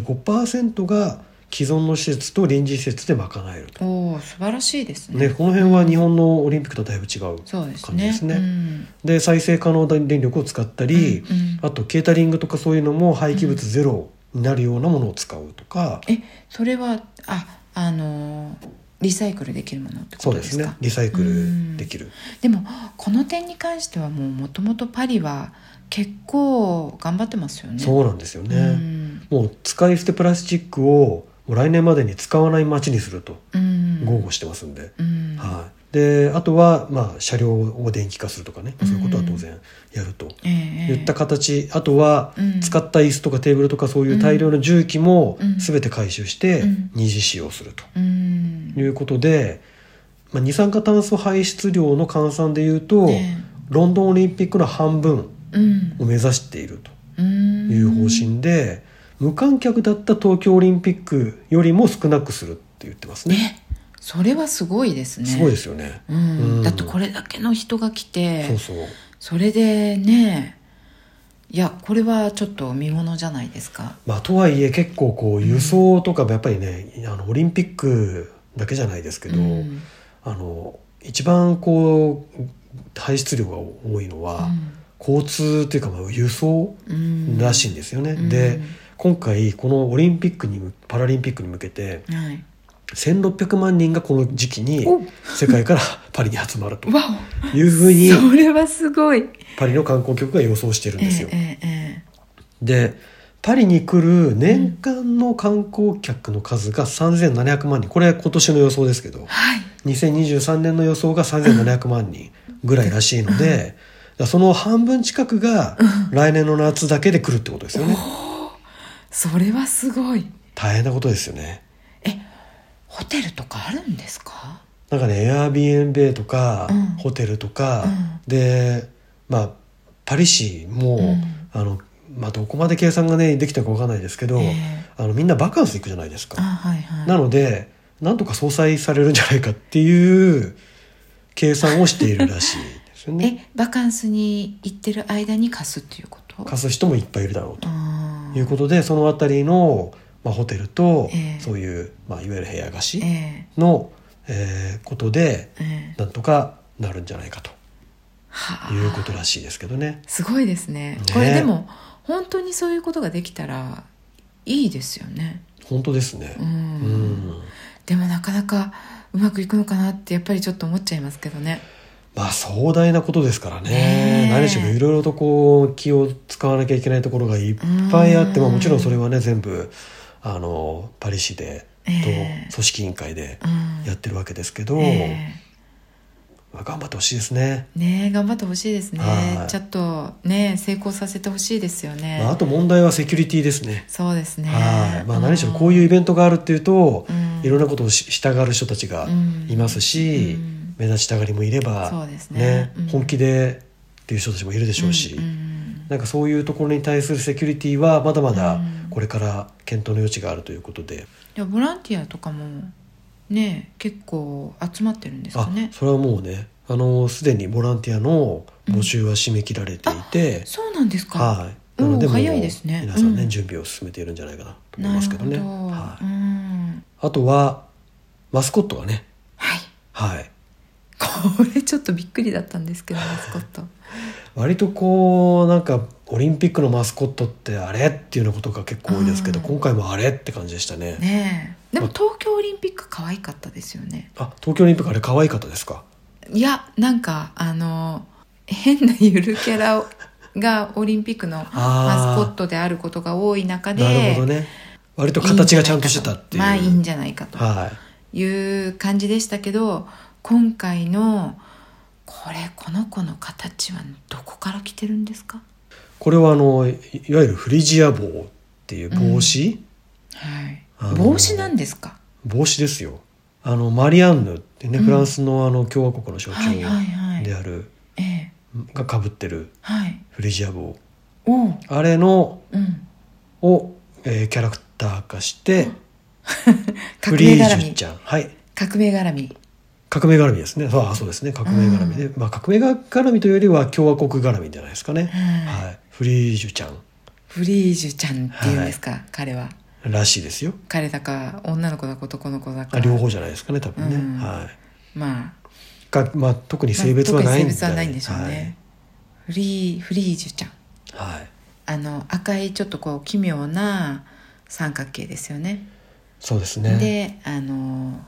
[SPEAKER 2] 95%が既存の施設と臨時施設で賄えると、
[SPEAKER 1] おお、素晴らしいですね。
[SPEAKER 2] ね、この辺は日本のオリンピックとだいぶ違う
[SPEAKER 1] そうです
[SPEAKER 2] 感じ
[SPEAKER 1] ね。
[SPEAKER 2] ですね
[SPEAKER 1] うん、
[SPEAKER 2] で再生可能電力を使ったり、
[SPEAKER 1] うんうん
[SPEAKER 2] あとケータリングとかそういうのも廃棄物ゼロになるようなものを使うとか、
[SPEAKER 1] え、それは、あ、あのーリサイクルできるものってこ
[SPEAKER 2] そう
[SPEAKER 1] と
[SPEAKER 2] で
[SPEAKER 1] ですすか。
[SPEAKER 2] ねリサイクルできる、
[SPEAKER 1] でも、この点に関しては、もう、もともとパリは。結構頑張ってますよね。
[SPEAKER 2] そうなんですよね、
[SPEAKER 1] うん。
[SPEAKER 2] もう使い捨てプラスチックをもう来年までに使わない街にすると
[SPEAKER 1] うん。
[SPEAKER 2] 豪語してますんで、
[SPEAKER 1] うん。
[SPEAKER 2] はい、であとはまあ車両を電気化するとかね、
[SPEAKER 1] うん
[SPEAKER 2] そういうことは当然やると
[SPEAKER 1] ええ
[SPEAKER 2] 言った形あとは
[SPEAKER 1] うん
[SPEAKER 2] 使った椅子とかテーブルとかそういう大量の重機も
[SPEAKER 1] うん
[SPEAKER 2] 全て回収して
[SPEAKER 1] うん
[SPEAKER 2] 二次使用すると
[SPEAKER 1] うん。
[SPEAKER 2] いうことで、まあ、二酸化炭素排出量の換算でいうと、
[SPEAKER 1] ね
[SPEAKER 2] ロンドンオリンピックの半分
[SPEAKER 1] うん
[SPEAKER 2] を目指していると。
[SPEAKER 1] うん
[SPEAKER 2] いう方針で、無観客だった東京オリンピックよりも少なくするって言ってますね。
[SPEAKER 1] ねそれはすごいですね
[SPEAKER 2] すごいですよね。
[SPEAKER 1] うん
[SPEAKER 2] うん
[SPEAKER 1] だってこれだけの人が来て
[SPEAKER 2] そうそう。
[SPEAKER 1] それでねいやこれはちょっと見ものじゃないですか
[SPEAKER 2] まあとはいえ結構こう輸送とかもやっぱりね、あのオリンピックだけじゃないですけど、
[SPEAKER 1] うん
[SPEAKER 2] あの一番こう排出量が多いのは、交通というかまあ輸送
[SPEAKER 1] うん
[SPEAKER 2] らしいんですよね。
[SPEAKER 1] うん
[SPEAKER 2] で今回このオリンピックにむパラリンピックに向けて
[SPEAKER 1] はい
[SPEAKER 2] 1600万人がこの時期に
[SPEAKER 1] お
[SPEAKER 2] 世界からパリに集まると
[SPEAKER 1] わ
[SPEAKER 2] いうふ
[SPEAKER 1] お
[SPEAKER 2] うに
[SPEAKER 1] それはすごい
[SPEAKER 2] パリの観光局が予想してるん
[SPEAKER 1] え
[SPEAKER 2] ですよ。
[SPEAKER 1] ええ
[SPEAKER 2] でパリに来る年間の観光客の数が3700万人これ今年の予想ですけど
[SPEAKER 1] はい
[SPEAKER 2] 2023年の予想が3700万人ぐらいらしいのでだからその半分近くが来年の夏だけで来るってことですよね
[SPEAKER 1] それはすごい
[SPEAKER 2] 大変なことですよね
[SPEAKER 1] ホテルとかあるんですか
[SPEAKER 2] なんかね Airbnb とか、
[SPEAKER 1] うん
[SPEAKER 2] ホテルとか、
[SPEAKER 1] う
[SPEAKER 2] でまあパリ市も、
[SPEAKER 1] うん
[SPEAKER 2] あのまあ、どこまで計算がねできたかわかんないですけど、
[SPEAKER 1] ええ
[SPEAKER 2] あのみんなバカンス行くじゃないです
[SPEAKER 1] あ
[SPEAKER 2] か。
[SPEAKER 1] はいはい
[SPEAKER 2] なのでなんとか相殺されるんじゃないかっていう計算をしているらしいですよね。
[SPEAKER 1] えバカンスに行ってる間に貸すっていうこと
[SPEAKER 2] 貸す人もいっぱいいるだろうと
[SPEAKER 1] ああ
[SPEAKER 2] いうことでその辺りの、まあ、ホテルと、
[SPEAKER 1] ええ
[SPEAKER 2] そういう、まあ、いわゆる部屋貸し
[SPEAKER 1] え
[SPEAKER 2] の、えーことで
[SPEAKER 1] えええ
[SPEAKER 2] なんとかなるんじゃないかと
[SPEAKER 1] はあ
[SPEAKER 2] いうことらしいですけどね。
[SPEAKER 1] すごいですね
[SPEAKER 2] ね
[SPEAKER 1] これでも本当にそういうことができたらいいですよね
[SPEAKER 2] 本当ですね
[SPEAKER 1] う。、
[SPEAKER 2] うんん
[SPEAKER 1] でもなかなかうまくいくのかなってやっぱりちょっと思っちゃいますけどね
[SPEAKER 2] まあ壮大なことですからね
[SPEAKER 1] ねえ
[SPEAKER 2] 何しろいろいろとこう気を使わなきゃいけないところがいっぱいあっ
[SPEAKER 1] う
[SPEAKER 2] て、
[SPEAKER 1] ん
[SPEAKER 2] まあ、もちろんそれはね全部あのパリ市で、
[SPEAKER 1] ええ
[SPEAKER 2] と組織委員会で
[SPEAKER 1] うん
[SPEAKER 2] やってるわけですけど、
[SPEAKER 1] え
[SPEAKER 2] まあ、頑張ってほしいですね。
[SPEAKER 1] えねえ頑張ってほしいですね
[SPEAKER 2] はい
[SPEAKER 1] ちょっとねえ成功させてほしいですよね、
[SPEAKER 2] まあ、あと問題はセキュリティですね。
[SPEAKER 1] そうですね
[SPEAKER 2] はいまあ、何しろこう
[SPEAKER 1] い
[SPEAKER 2] いうイベントがあるっていうと、
[SPEAKER 1] うん
[SPEAKER 2] いろんなことをししたがる人たちがいますし、
[SPEAKER 1] うん
[SPEAKER 2] 目立ちたがりもいれば、
[SPEAKER 1] そうですねうん
[SPEAKER 2] 本気でっていう人たちもいるでしょうし。
[SPEAKER 1] んん
[SPEAKER 2] なんかそういうところに対するセキュリティはまだま
[SPEAKER 1] う
[SPEAKER 2] だ
[SPEAKER 1] ん
[SPEAKER 2] これから検討の余地があるということで、
[SPEAKER 1] いやボランティアとかもね結構集まってるんですか
[SPEAKER 2] あ
[SPEAKER 1] ね
[SPEAKER 2] それはもうねあのすでにボランティアの募集は締め切られていて、
[SPEAKER 1] そうなんですか
[SPEAKER 2] はい、
[SPEAKER 1] お
[SPEAKER 2] な
[SPEAKER 1] ー
[SPEAKER 2] のでもう
[SPEAKER 1] 早いですね
[SPEAKER 2] 皆さんね、
[SPEAKER 1] うん
[SPEAKER 2] 準備を進めているんじゃないかなと思い
[SPEAKER 1] な
[SPEAKER 2] ま
[SPEAKER 1] る
[SPEAKER 2] す
[SPEAKER 1] ほ
[SPEAKER 2] けど
[SPEAKER 1] ど
[SPEAKER 2] ね、は
[SPEAKER 1] う
[SPEAKER 2] い、
[SPEAKER 1] ん
[SPEAKER 2] あとはマスコットがね、
[SPEAKER 1] はい
[SPEAKER 2] はい、
[SPEAKER 1] これちょっとびっくりだったんですけどマスコット
[SPEAKER 2] 割とこうなんかオリンピックのマスコットってあれっていうようなことが結構多いですけど、
[SPEAKER 1] うん
[SPEAKER 2] 今回もあれって感じでしたね
[SPEAKER 1] ねえでも東京オリンピック可愛かったですよね
[SPEAKER 2] あ東京オリンピックあれ可愛かったですか
[SPEAKER 1] いやなんかあの変なゆるキャラをがオリンピックのマ
[SPEAKER 2] あー
[SPEAKER 1] スコットであることが多い中で
[SPEAKER 2] なるほどね割と形がちゃんとしてたっていう
[SPEAKER 1] まあいいんじゃないかと
[SPEAKER 2] はい
[SPEAKER 1] いう感じでしたけど今回のこれこの子の形はどこから来てるんですか
[SPEAKER 2] これはあのいいわゆるフリジア帽っていう帽子、
[SPEAKER 1] はい
[SPEAKER 2] あの
[SPEAKER 1] 帽子なんですか
[SPEAKER 2] 帽子ですよあのマリアンヌってね、
[SPEAKER 1] うん
[SPEAKER 2] フランスのあの共和国の象徴
[SPEAKER 1] はいはいはい
[SPEAKER 2] である、
[SPEAKER 1] ええ
[SPEAKER 2] がかぶってる
[SPEAKER 1] はい
[SPEAKER 2] フリジア帽
[SPEAKER 1] おう
[SPEAKER 2] あれの
[SPEAKER 1] うん
[SPEAKER 2] を、えーキャラクター化してフ
[SPEAKER 1] 革
[SPEAKER 2] リ
[SPEAKER 1] 命
[SPEAKER 2] ー
[SPEAKER 1] 絡
[SPEAKER 2] ジュ
[SPEAKER 1] み
[SPEAKER 2] ちゃんはい
[SPEAKER 1] 革命絡み
[SPEAKER 2] 革命絡みですねそうあそうですね革命絡みで、まあ、革命絡みというよりは共和国絡みじゃないですかね、
[SPEAKER 1] はい
[SPEAKER 2] はい、フリージュちゃん
[SPEAKER 1] フリージュちゃんっていうんですか、彼は
[SPEAKER 2] らしいですよ
[SPEAKER 1] 彼だか女の子だか男の子だか
[SPEAKER 2] あ両方じゃないですかね多分ね、
[SPEAKER 1] うん
[SPEAKER 2] はい
[SPEAKER 1] まあ
[SPEAKER 2] が、まあ、特に性別はない
[SPEAKER 1] まあ特に性別
[SPEAKER 2] だ
[SPEAKER 1] は
[SPEAKER 2] よ
[SPEAKER 1] ないんでしょうね、フリーフリージュちゃん
[SPEAKER 2] はいはい
[SPEAKER 1] あの赤いちょっとこう奇妙な三角形ですよね
[SPEAKER 2] そうですね
[SPEAKER 1] であの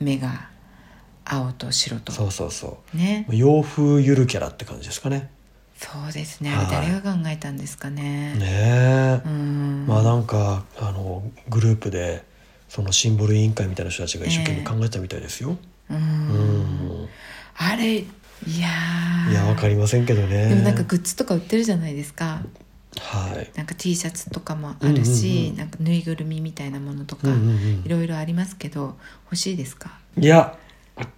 [SPEAKER 1] 目が青と白と
[SPEAKER 2] そうそうそ
[SPEAKER 1] ね
[SPEAKER 2] う洋風ゆるキャラって感じですかね
[SPEAKER 1] そうですね、
[SPEAKER 2] はい
[SPEAKER 1] 誰が考えたんですかね
[SPEAKER 2] ねえ、
[SPEAKER 1] うん
[SPEAKER 2] まあなんかあのグループでそのシンボル委員会みたいな人たちが一生懸命考えたみたいですよ、
[SPEAKER 1] う
[SPEAKER 2] うんん
[SPEAKER 1] あれいやー
[SPEAKER 2] いやわかりませんけどね
[SPEAKER 1] でもなんかグッズとか売ってるじゃないですか
[SPEAKER 2] はい、
[SPEAKER 1] なんか T シャツとかもあるし、
[SPEAKER 2] うんうんうん
[SPEAKER 1] なんかぬいぐるみみたいなものとか、
[SPEAKER 2] うんうん
[SPEAKER 1] いろいろありますけど欲しいです か
[SPEAKER 2] うん、いや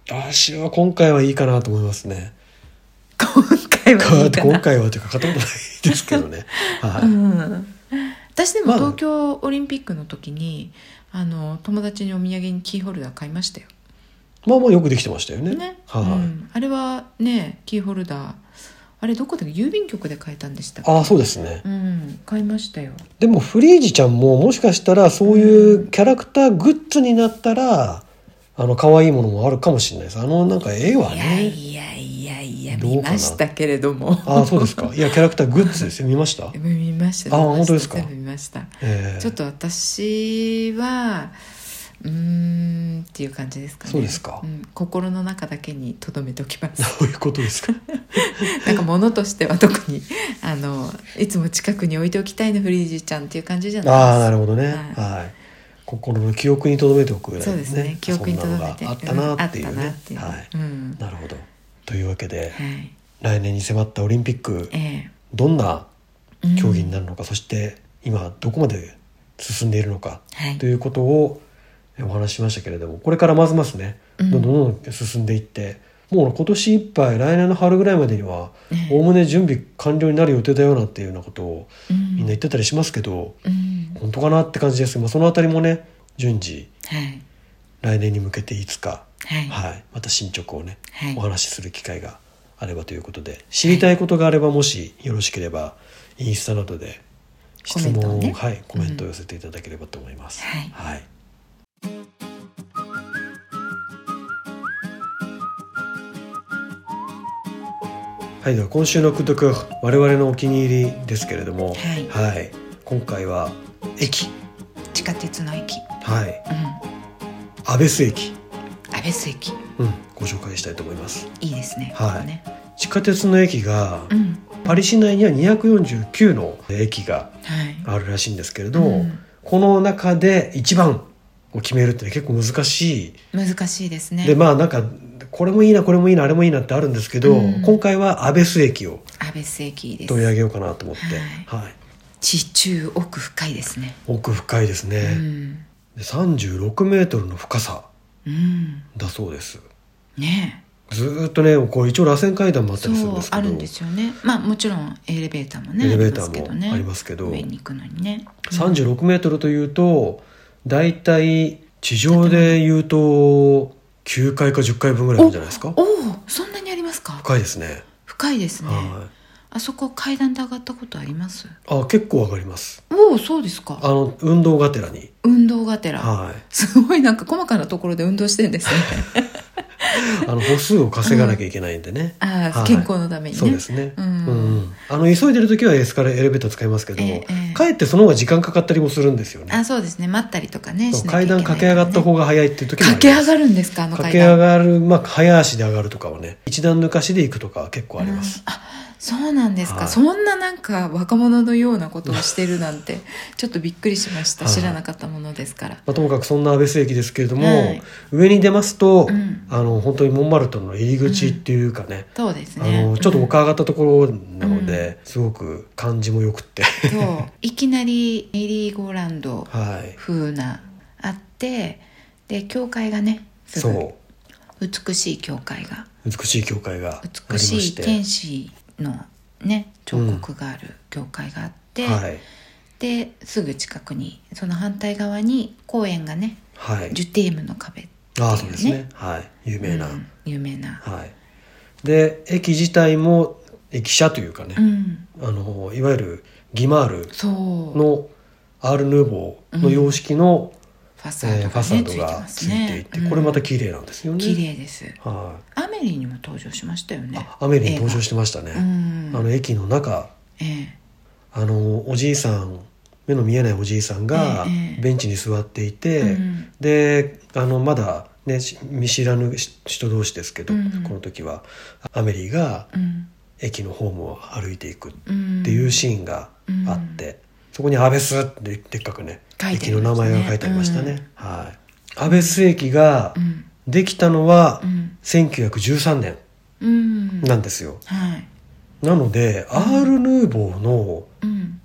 [SPEAKER 2] 私は今回はいいかなと思いますね
[SPEAKER 1] 今回はいいかな
[SPEAKER 2] 今回はというか買ったことないですけ どね、はい
[SPEAKER 1] うん、私でも
[SPEAKER 2] まあ
[SPEAKER 1] 東京オリンピックの時に、あの友達にお土産にキーホルダー買いましたよ
[SPEAKER 2] まあまあよくできてましたよね
[SPEAKER 1] ね、
[SPEAKER 2] はい、
[SPEAKER 1] うん、あれはねキーホルダーあれどこで郵便局で買えたんでしたっけ
[SPEAKER 2] ああそうですね
[SPEAKER 1] うん買いましたよ
[SPEAKER 2] でもフリージちゃんももしかしたらそういうキャラクターグッズになったらあの可愛いものもあるかもしれないですあのなんか絵はい
[SPEAKER 1] や
[SPEAKER 2] ね
[SPEAKER 1] いやいやいや
[SPEAKER 2] どうかな
[SPEAKER 1] 見ましたけれども
[SPEAKER 2] ああそうですかいやキャラクターグッズですよ見 ました
[SPEAKER 1] 見ました
[SPEAKER 2] あ
[SPEAKER 1] 見ました
[SPEAKER 2] 本当ですか
[SPEAKER 1] 全部見ました
[SPEAKER 2] ええ
[SPEAKER 1] ちょっと私はうーんっていう感じですかね
[SPEAKER 2] そうですか
[SPEAKER 1] ん、心の中だけにとどめておきます
[SPEAKER 2] そういうことですか
[SPEAKER 1] なんか物としては特にあのいつも近くに置いておきたいのフリージちゃんっていう感じじゃ
[SPEAKER 2] あ
[SPEAKER 1] な
[SPEAKER 2] あないるほどね
[SPEAKER 1] は
[SPEAKER 2] はいい、心の記憶に留めておくぐ
[SPEAKER 1] で
[SPEAKER 2] らい
[SPEAKER 1] すそうですね記憶にとどめて
[SPEAKER 2] そんなのがあったなっていううん
[SPEAKER 1] あっ、
[SPEAKER 2] ね
[SPEAKER 1] たな
[SPEAKER 2] は
[SPEAKER 1] っ
[SPEAKER 2] い
[SPEAKER 1] ていううん
[SPEAKER 2] なるほどというわけで
[SPEAKER 1] はい
[SPEAKER 2] 来年に迫ったオリンピック
[SPEAKER 1] え
[SPEAKER 2] どんな
[SPEAKER 1] えうん
[SPEAKER 2] 競技になるのか、そして今どこまで進んでいるのか
[SPEAKER 1] はい
[SPEAKER 2] ということをお話ししましたけれどもこれからますますね
[SPEAKER 1] う
[SPEAKER 2] ど
[SPEAKER 1] ん
[SPEAKER 2] んどんどんどん進んでいって、もう今年いっぱい来年の春ぐらいまでには
[SPEAKER 1] ええ
[SPEAKER 2] おおむね準備完了になる予定だよなっていうようなことを
[SPEAKER 1] うん
[SPEAKER 2] みんな言ってたりしますけど、
[SPEAKER 1] うん
[SPEAKER 2] 本当かなって感じですけど、まあ、そのあたりもね順次
[SPEAKER 1] はい
[SPEAKER 2] 来年に向けていつか、
[SPEAKER 1] はい
[SPEAKER 2] はい、また進捗をね、
[SPEAKER 1] はい
[SPEAKER 2] お話しする機会があればということで知りたいことがあればもしよろしければインスタなどで質問
[SPEAKER 1] コメントをね
[SPEAKER 2] はい、コメントを寄せていただければと思います。
[SPEAKER 1] はい
[SPEAKER 2] はいはい、では今週の「くどく」我々のお気に入りですけれども、
[SPEAKER 1] はい
[SPEAKER 2] はい、今回は駅、
[SPEAKER 1] 地下鉄の駅
[SPEAKER 2] はい、
[SPEAKER 1] うん
[SPEAKER 2] 安倍須駅、
[SPEAKER 1] 安倍須駅
[SPEAKER 2] うん、ご紹介したいと思います。
[SPEAKER 1] いいですね
[SPEAKER 2] はい
[SPEAKER 1] ここね
[SPEAKER 2] 地下鉄の駅が
[SPEAKER 1] うん
[SPEAKER 2] パリ市内には249の駅が
[SPEAKER 1] はい
[SPEAKER 2] あるらしいんですけれど、
[SPEAKER 1] うん
[SPEAKER 2] この中で一番を決めるって結構難しい、
[SPEAKER 1] 難しいですね
[SPEAKER 2] でまあなんかこれもいいなこれもいいなあれもいいなってあるんですけど、
[SPEAKER 1] うん
[SPEAKER 2] 今回は安倍須駅を
[SPEAKER 1] 安倍須駅いいです
[SPEAKER 2] 取り上げようかなと思って、はい
[SPEAKER 1] 地中奥深いですね
[SPEAKER 2] 奥深いです
[SPEAKER 1] う
[SPEAKER 2] ね、
[SPEAKER 1] ん
[SPEAKER 2] で36メートルの深さ
[SPEAKER 1] うん
[SPEAKER 2] だそうです
[SPEAKER 1] ねえ
[SPEAKER 2] ずーっとねこう一応螺旋階段もあった
[SPEAKER 1] そ
[SPEAKER 2] りするん
[SPEAKER 1] う
[SPEAKER 2] ですけ
[SPEAKER 1] あ
[SPEAKER 2] ど
[SPEAKER 1] るんですよねまあもちろんエレベーターもね
[SPEAKER 2] エレベータ
[SPEAKER 1] ありますけど
[SPEAKER 2] ー
[SPEAKER 1] ね
[SPEAKER 2] もありますけど
[SPEAKER 1] 上に行くのにね
[SPEAKER 2] 36メートルというと、大体地上で言うと9階か10階分ぐらいあるんじゃないですか。
[SPEAKER 1] おおそんなにありますか
[SPEAKER 2] 深いですね。
[SPEAKER 1] 深いですね
[SPEAKER 2] は
[SPEAKER 1] あそこ階段で上がったことあります
[SPEAKER 2] い。あ、結構上がります。
[SPEAKER 1] おおそうです
[SPEAKER 2] あ
[SPEAKER 1] か
[SPEAKER 2] の運動がてらに。
[SPEAKER 1] 運動がてら
[SPEAKER 2] はい。
[SPEAKER 1] すごいなんか細かなところで運動してるんですね
[SPEAKER 2] あの歩数を稼がなきゃいけないんでね。
[SPEAKER 1] ああ
[SPEAKER 2] はい
[SPEAKER 1] 健康のためにね
[SPEAKER 2] そうですね。
[SPEAKER 1] うん
[SPEAKER 2] うんあの急いでる時はエスカレエレベーター使いますけど、
[SPEAKER 1] ええええ
[SPEAKER 2] かえってその方が時間かかったりもするんですよね。
[SPEAKER 1] あそうですね待ったりとかね
[SPEAKER 2] そう
[SPEAKER 1] しなきゃい
[SPEAKER 2] 階
[SPEAKER 1] けな
[SPEAKER 2] 段
[SPEAKER 1] いから
[SPEAKER 2] 駆
[SPEAKER 1] ね
[SPEAKER 2] け上がった方が早いっていう時もあり
[SPEAKER 1] 駆
[SPEAKER 2] ます。
[SPEAKER 1] け上がるんですかあの
[SPEAKER 2] 駆
[SPEAKER 1] 階
[SPEAKER 2] け上
[SPEAKER 1] 段
[SPEAKER 2] がる、まあ、早足で上がるとかはね、一段抜かしで行くとかは結構あります。
[SPEAKER 1] そうなんですか、
[SPEAKER 2] はい
[SPEAKER 1] そんななんか若者のようなことをしてるなんてちょっとびっくりしました
[SPEAKER 2] はい
[SPEAKER 1] 知らなかったものですから、
[SPEAKER 2] まあ、ともかくそんな安倍政駅ですけれども、
[SPEAKER 1] はい
[SPEAKER 2] 上に出ますと、
[SPEAKER 1] うん
[SPEAKER 2] あの本当にモンマルトルの入り口っていうかね、
[SPEAKER 1] そうです
[SPEAKER 2] あ
[SPEAKER 1] ね
[SPEAKER 2] のちょっと丘上がったところなので、すごく感じもよくって
[SPEAKER 1] うんそういきなりメリーゴーランド
[SPEAKER 2] はい
[SPEAKER 1] 風なあってで教会がねす
[SPEAKER 2] そ
[SPEAKER 1] ごいう美しい教会が
[SPEAKER 2] 美しい教会がありま
[SPEAKER 1] 美しい
[SPEAKER 2] して
[SPEAKER 1] 天使のね彫刻がある教会があって、
[SPEAKER 2] はい
[SPEAKER 1] ですぐ近くにその反対側に公園がね
[SPEAKER 2] はい
[SPEAKER 1] ジュテームの壁っていう
[SPEAKER 2] あ
[SPEAKER 1] ね
[SPEAKER 2] あそうですねはい有名な、
[SPEAKER 1] うん有名な、
[SPEAKER 2] はいで駅自体も駅舎というかね
[SPEAKER 1] う、ん、
[SPEAKER 2] あのいわゆるギマール
[SPEAKER 1] そう
[SPEAKER 2] のアール・ヌーボーの様式の、
[SPEAKER 1] ファサ
[SPEAKER 2] えー
[SPEAKER 1] ード
[SPEAKER 2] ファ
[SPEAKER 1] が
[SPEAKER 2] サー
[SPEAKER 1] ね、
[SPEAKER 2] ド
[SPEAKER 1] ついて
[SPEAKER 2] が
[SPEAKER 1] ま
[SPEAKER 2] つ
[SPEAKER 1] す
[SPEAKER 2] い
[SPEAKER 1] ね
[SPEAKER 2] ていて、
[SPEAKER 1] うん
[SPEAKER 2] これまた綺麗なんですよね。
[SPEAKER 1] 綺麗です
[SPEAKER 2] は
[SPEAKER 1] アメリーにも登場しましたよ
[SPEAKER 2] い、
[SPEAKER 1] ね
[SPEAKER 2] あアメリーに登場しててましたね、
[SPEAKER 1] うん
[SPEAKER 2] あの駅の中
[SPEAKER 1] ええ
[SPEAKER 2] あのおじいさん目の見えないおじいさんが
[SPEAKER 1] ええええ
[SPEAKER 2] ベンチに座っていて、
[SPEAKER 1] うん
[SPEAKER 2] であのまだ、ね、し見知らぬし人同士ですけど、
[SPEAKER 1] うん
[SPEAKER 2] この時はアメリーが
[SPEAKER 1] うん
[SPEAKER 2] 駅のホームを歩いていくっ
[SPEAKER 1] うん、
[SPEAKER 2] ていうシーンがあって、そこに「安倍須」ってでっかくね
[SPEAKER 1] 書いてあ
[SPEAKER 2] 駅
[SPEAKER 1] り
[SPEAKER 2] の
[SPEAKER 1] ましたね
[SPEAKER 2] 名前が書いてありましたね。はい安倍須駅が
[SPEAKER 1] うん
[SPEAKER 2] できたのは
[SPEAKER 1] うん
[SPEAKER 2] 1913年
[SPEAKER 1] うん
[SPEAKER 2] なんですよ。
[SPEAKER 1] はい
[SPEAKER 2] なので、アール・ヌーボーの
[SPEAKER 1] うん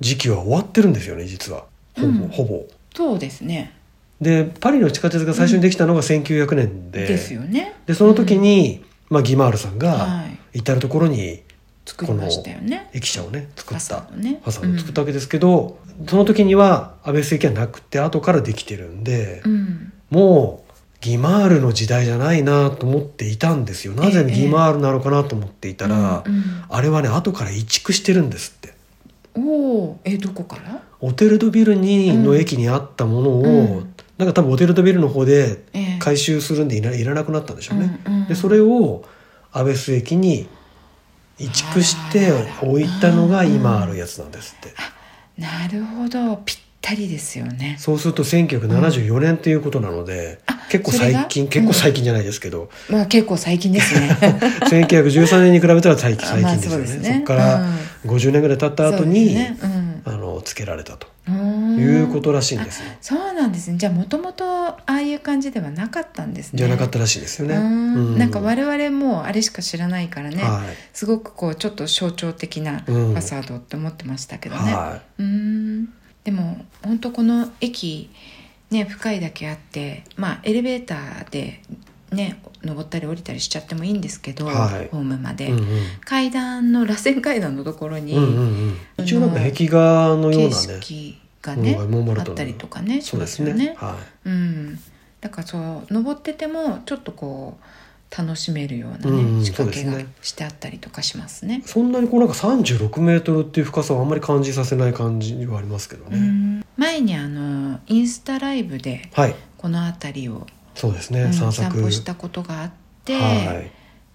[SPEAKER 2] 時期は終わってるんですよね実はほぼ,、
[SPEAKER 1] うん
[SPEAKER 2] ほぼ
[SPEAKER 1] そうですね
[SPEAKER 2] でパリの地下鉄が最初にできたのが1900年で,、
[SPEAKER 1] ですよね
[SPEAKER 2] でその時に、まあ、ギマールさんが
[SPEAKER 1] はい
[SPEAKER 2] 至る所に
[SPEAKER 1] 作りましたよね
[SPEAKER 2] 駅舎をね作ったファ
[SPEAKER 1] サードね
[SPEAKER 2] サードを作ったわけですけど、その時には安倍政権はなくて後からできてるんで、
[SPEAKER 1] うん
[SPEAKER 2] もうギマールの時代じゃないなと思っていたんですよなぜ
[SPEAKER 1] ええ
[SPEAKER 2] ギマールなのかなと思っていたら、
[SPEAKER 1] うん
[SPEAKER 2] あれはね後から移築してるんですって。
[SPEAKER 1] うんおおえどこから
[SPEAKER 2] オテル・ド・ビルに
[SPEAKER 1] うん
[SPEAKER 2] の駅にあったものを、
[SPEAKER 1] うん
[SPEAKER 2] なんか多分オテル・ド・ビルの方で
[SPEAKER 1] ええ
[SPEAKER 2] 回収するんでいらいらなくなったんでしょうね、
[SPEAKER 1] うんうん
[SPEAKER 2] でそれを安倍須駅に移築して
[SPEAKER 1] あららら
[SPEAKER 2] 置いたのが今あるやつなんですって、
[SPEAKER 1] なるほどぴったりですよね
[SPEAKER 2] そうすると1974年ということなので、
[SPEAKER 1] あ
[SPEAKER 2] 結構
[SPEAKER 1] それが
[SPEAKER 2] 最近
[SPEAKER 1] うん
[SPEAKER 2] 結構最近じゃないですけど、
[SPEAKER 1] まあ結構最近です ね
[SPEAKER 2] 1913年に比べたら最近最
[SPEAKER 1] まあ
[SPEAKER 2] 近ですよ
[SPEAKER 1] そう
[SPEAKER 2] ね,、
[SPEAKER 1] です
[SPEAKER 2] そこ
[SPEAKER 1] ね
[SPEAKER 2] から50年ぐらい経った後に、
[SPEAKER 1] そうですね
[SPEAKER 2] あのつけられたと
[SPEAKER 1] うん
[SPEAKER 2] いうことらしいん
[SPEAKER 1] あ
[SPEAKER 2] ですよ、
[SPEAKER 1] そうなんですねじゃあもともとああいう感じではなかったんですね
[SPEAKER 2] じゃなかったらしいですよね、
[SPEAKER 1] うん
[SPEAKER 2] うん
[SPEAKER 1] なんか我々もうあれしか知らないからね、
[SPEAKER 2] はい
[SPEAKER 1] すごくこうちょっと象徴的なフ
[SPEAKER 2] うん
[SPEAKER 1] ァサードって思ってましたけどね、
[SPEAKER 2] は
[SPEAKER 1] うーんでも本当この駅ね深いだけあってまあエレベーターでね登ったり降りたりしちゃってもいいんですけど、
[SPEAKER 2] はい
[SPEAKER 1] ホームまで、
[SPEAKER 2] い。うんうん
[SPEAKER 1] 階段の螺旋階段のところに
[SPEAKER 2] うんうんうん。一応なんか壁画のよ
[SPEAKER 1] 景
[SPEAKER 2] うなね。
[SPEAKER 1] 色がね,、
[SPEAKER 2] うんモンマルト
[SPEAKER 1] あ
[SPEAKER 2] の
[SPEAKER 1] ったりとかねし
[SPEAKER 2] そう
[SPEAKER 1] ま
[SPEAKER 2] です
[SPEAKER 1] すよ
[SPEAKER 2] ね
[SPEAKER 1] ね。
[SPEAKER 2] は
[SPEAKER 1] うん、だからそう登っててもちょっとこう楽しめるようなね、
[SPEAKER 2] うんうん
[SPEAKER 1] 仕掛け
[SPEAKER 2] そう
[SPEAKER 1] が
[SPEAKER 2] ですね
[SPEAKER 1] してあったりとかしますね
[SPEAKER 2] い。。そんなにこうなんか三十六メートルっていう深さはあんまり感じさせない感じはありますけど
[SPEAKER 1] う
[SPEAKER 2] ね。
[SPEAKER 1] ん前にあのインスタライブで
[SPEAKER 2] はい。
[SPEAKER 1] この辺りを、
[SPEAKER 2] そうです
[SPEAKER 1] う
[SPEAKER 2] ね。
[SPEAKER 1] ん
[SPEAKER 2] 散
[SPEAKER 1] 散
[SPEAKER 2] 策。
[SPEAKER 1] 歩したことがあって、
[SPEAKER 2] は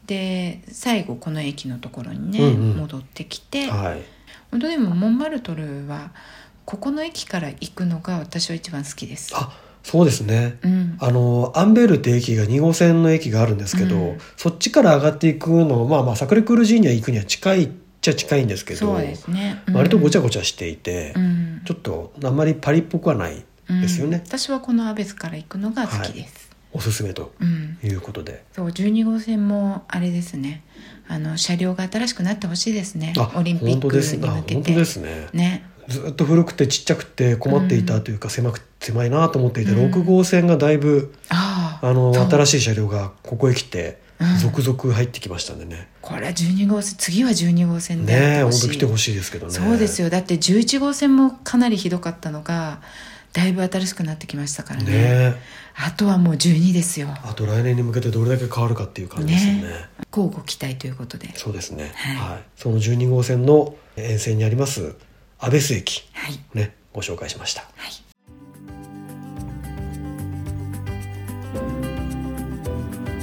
[SPEAKER 1] で最後この駅のところにね、
[SPEAKER 2] うんうん
[SPEAKER 1] 戻ってきて、
[SPEAKER 2] い。はい。
[SPEAKER 1] 本当でもモンマルトルはここの駅から行くのが私は一番好きです。
[SPEAKER 2] あ、そうですね。
[SPEAKER 1] うん、
[SPEAKER 2] あのアンベールって駅が2号線の駅があるんですけど、
[SPEAKER 1] うん
[SPEAKER 2] そっちから上がっていくのはまあまあサクレクルジーニャ行くには近いっちゃ近いんですけど
[SPEAKER 1] そうですね、
[SPEAKER 2] 割とごちゃ
[SPEAKER 1] ゃ、
[SPEAKER 2] ごちゃしていて、
[SPEAKER 1] うん、
[SPEAKER 2] ちょっとあんまりパリっぽくはないですよね
[SPEAKER 1] うん私はこのアベスから行くのが好きです、
[SPEAKER 2] おすすめと
[SPEAKER 1] うん
[SPEAKER 2] いうことで
[SPEAKER 1] そう12号線もあれですねあの車両が新しくなってほしいですね
[SPEAKER 2] あ
[SPEAKER 1] オリンピッ
[SPEAKER 2] 本当
[SPEAKER 1] ク
[SPEAKER 2] です
[SPEAKER 1] に
[SPEAKER 2] ねあ
[SPEAKER 1] 向け
[SPEAKER 2] 本当
[SPEAKER 1] て
[SPEAKER 2] ですね
[SPEAKER 1] ね
[SPEAKER 2] ずっと古くてちっちゃくて困っていたというか、狭く狭いなと思っていた6号線がだいぶ、
[SPEAKER 1] ああ
[SPEAKER 2] あの
[SPEAKER 1] そう
[SPEAKER 2] 新しい車両がここへ来て、
[SPEAKER 1] うん
[SPEAKER 2] 続々入ってきましたんでね、
[SPEAKER 1] これは12号線次は12号線で
[SPEAKER 2] ねえ
[SPEAKER 1] やって
[SPEAKER 2] 本当来てほ
[SPEAKER 1] しい
[SPEAKER 2] しいですけどね
[SPEAKER 1] そうです
[SPEAKER 2] よ
[SPEAKER 1] よだって11号線もかなりひどかったのがだいぶ新しくなってきましたから
[SPEAKER 2] ね
[SPEAKER 1] ね
[SPEAKER 2] え
[SPEAKER 1] あとはもう12ですよ
[SPEAKER 2] あと来年に向けてどれだけ変わるかっていう感じですよね
[SPEAKER 1] ね交互期待ということで
[SPEAKER 2] そうですね、
[SPEAKER 1] はい
[SPEAKER 2] はい、その12号線の沿線にあります安倍須駅
[SPEAKER 1] はい
[SPEAKER 2] ねご紹介しました
[SPEAKER 1] はい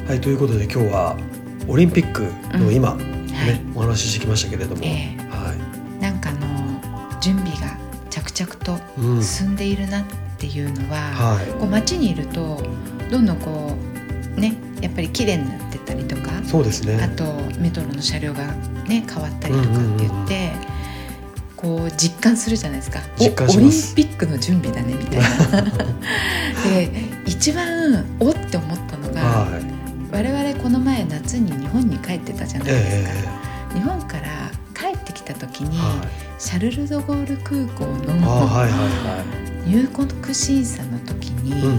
[SPEAKER 2] はいということで今日はオリンピックの今、ねお話ししてきましたけれども、
[SPEAKER 1] ええ
[SPEAKER 2] は
[SPEAKER 1] なんかあの準備が着々と
[SPEAKER 2] い、うん、
[SPEAKER 1] 進んでいるなっていうのは、
[SPEAKER 2] はい
[SPEAKER 1] こう街にいるとどんどんこうねやっぱり綺麗になってたりとか
[SPEAKER 2] そうですね
[SPEAKER 1] あとメトロの車両がね変わったりとかって言って、こう実感するじゃないですかお
[SPEAKER 2] 実感します
[SPEAKER 1] オリンピックの準備だねみたいな。 で一番おって思ったのが、
[SPEAKER 2] はい
[SPEAKER 1] 我々この前夏に日本に帰ってたじゃない
[SPEAKER 2] ええ
[SPEAKER 1] です
[SPEAKER 2] え
[SPEAKER 1] か。日本から帰ってきた時に、
[SPEAKER 2] えはい
[SPEAKER 1] シャルル・ド・ゴール空港
[SPEAKER 2] ああはい
[SPEAKER 1] の
[SPEAKER 2] はいは
[SPEAKER 1] 入国審査の時
[SPEAKER 2] いうん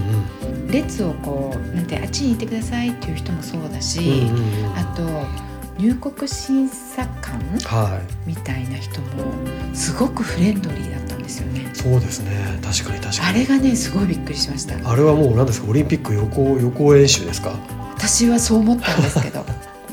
[SPEAKER 1] に列をこうなんてあっちに行ってくださいっていう人もそうだし、
[SPEAKER 2] うんうんうんうん
[SPEAKER 1] あと入国審査官
[SPEAKER 2] は
[SPEAKER 1] みたいな人もすごくフレンドリーだったんですよね
[SPEAKER 2] いそうですね確かに確か
[SPEAKER 1] あ
[SPEAKER 2] に
[SPEAKER 1] れがねすごいびっくりしました
[SPEAKER 2] あれはもう何ですかオリンピック予行予行演習ですか
[SPEAKER 1] 私はそう思ったんです けど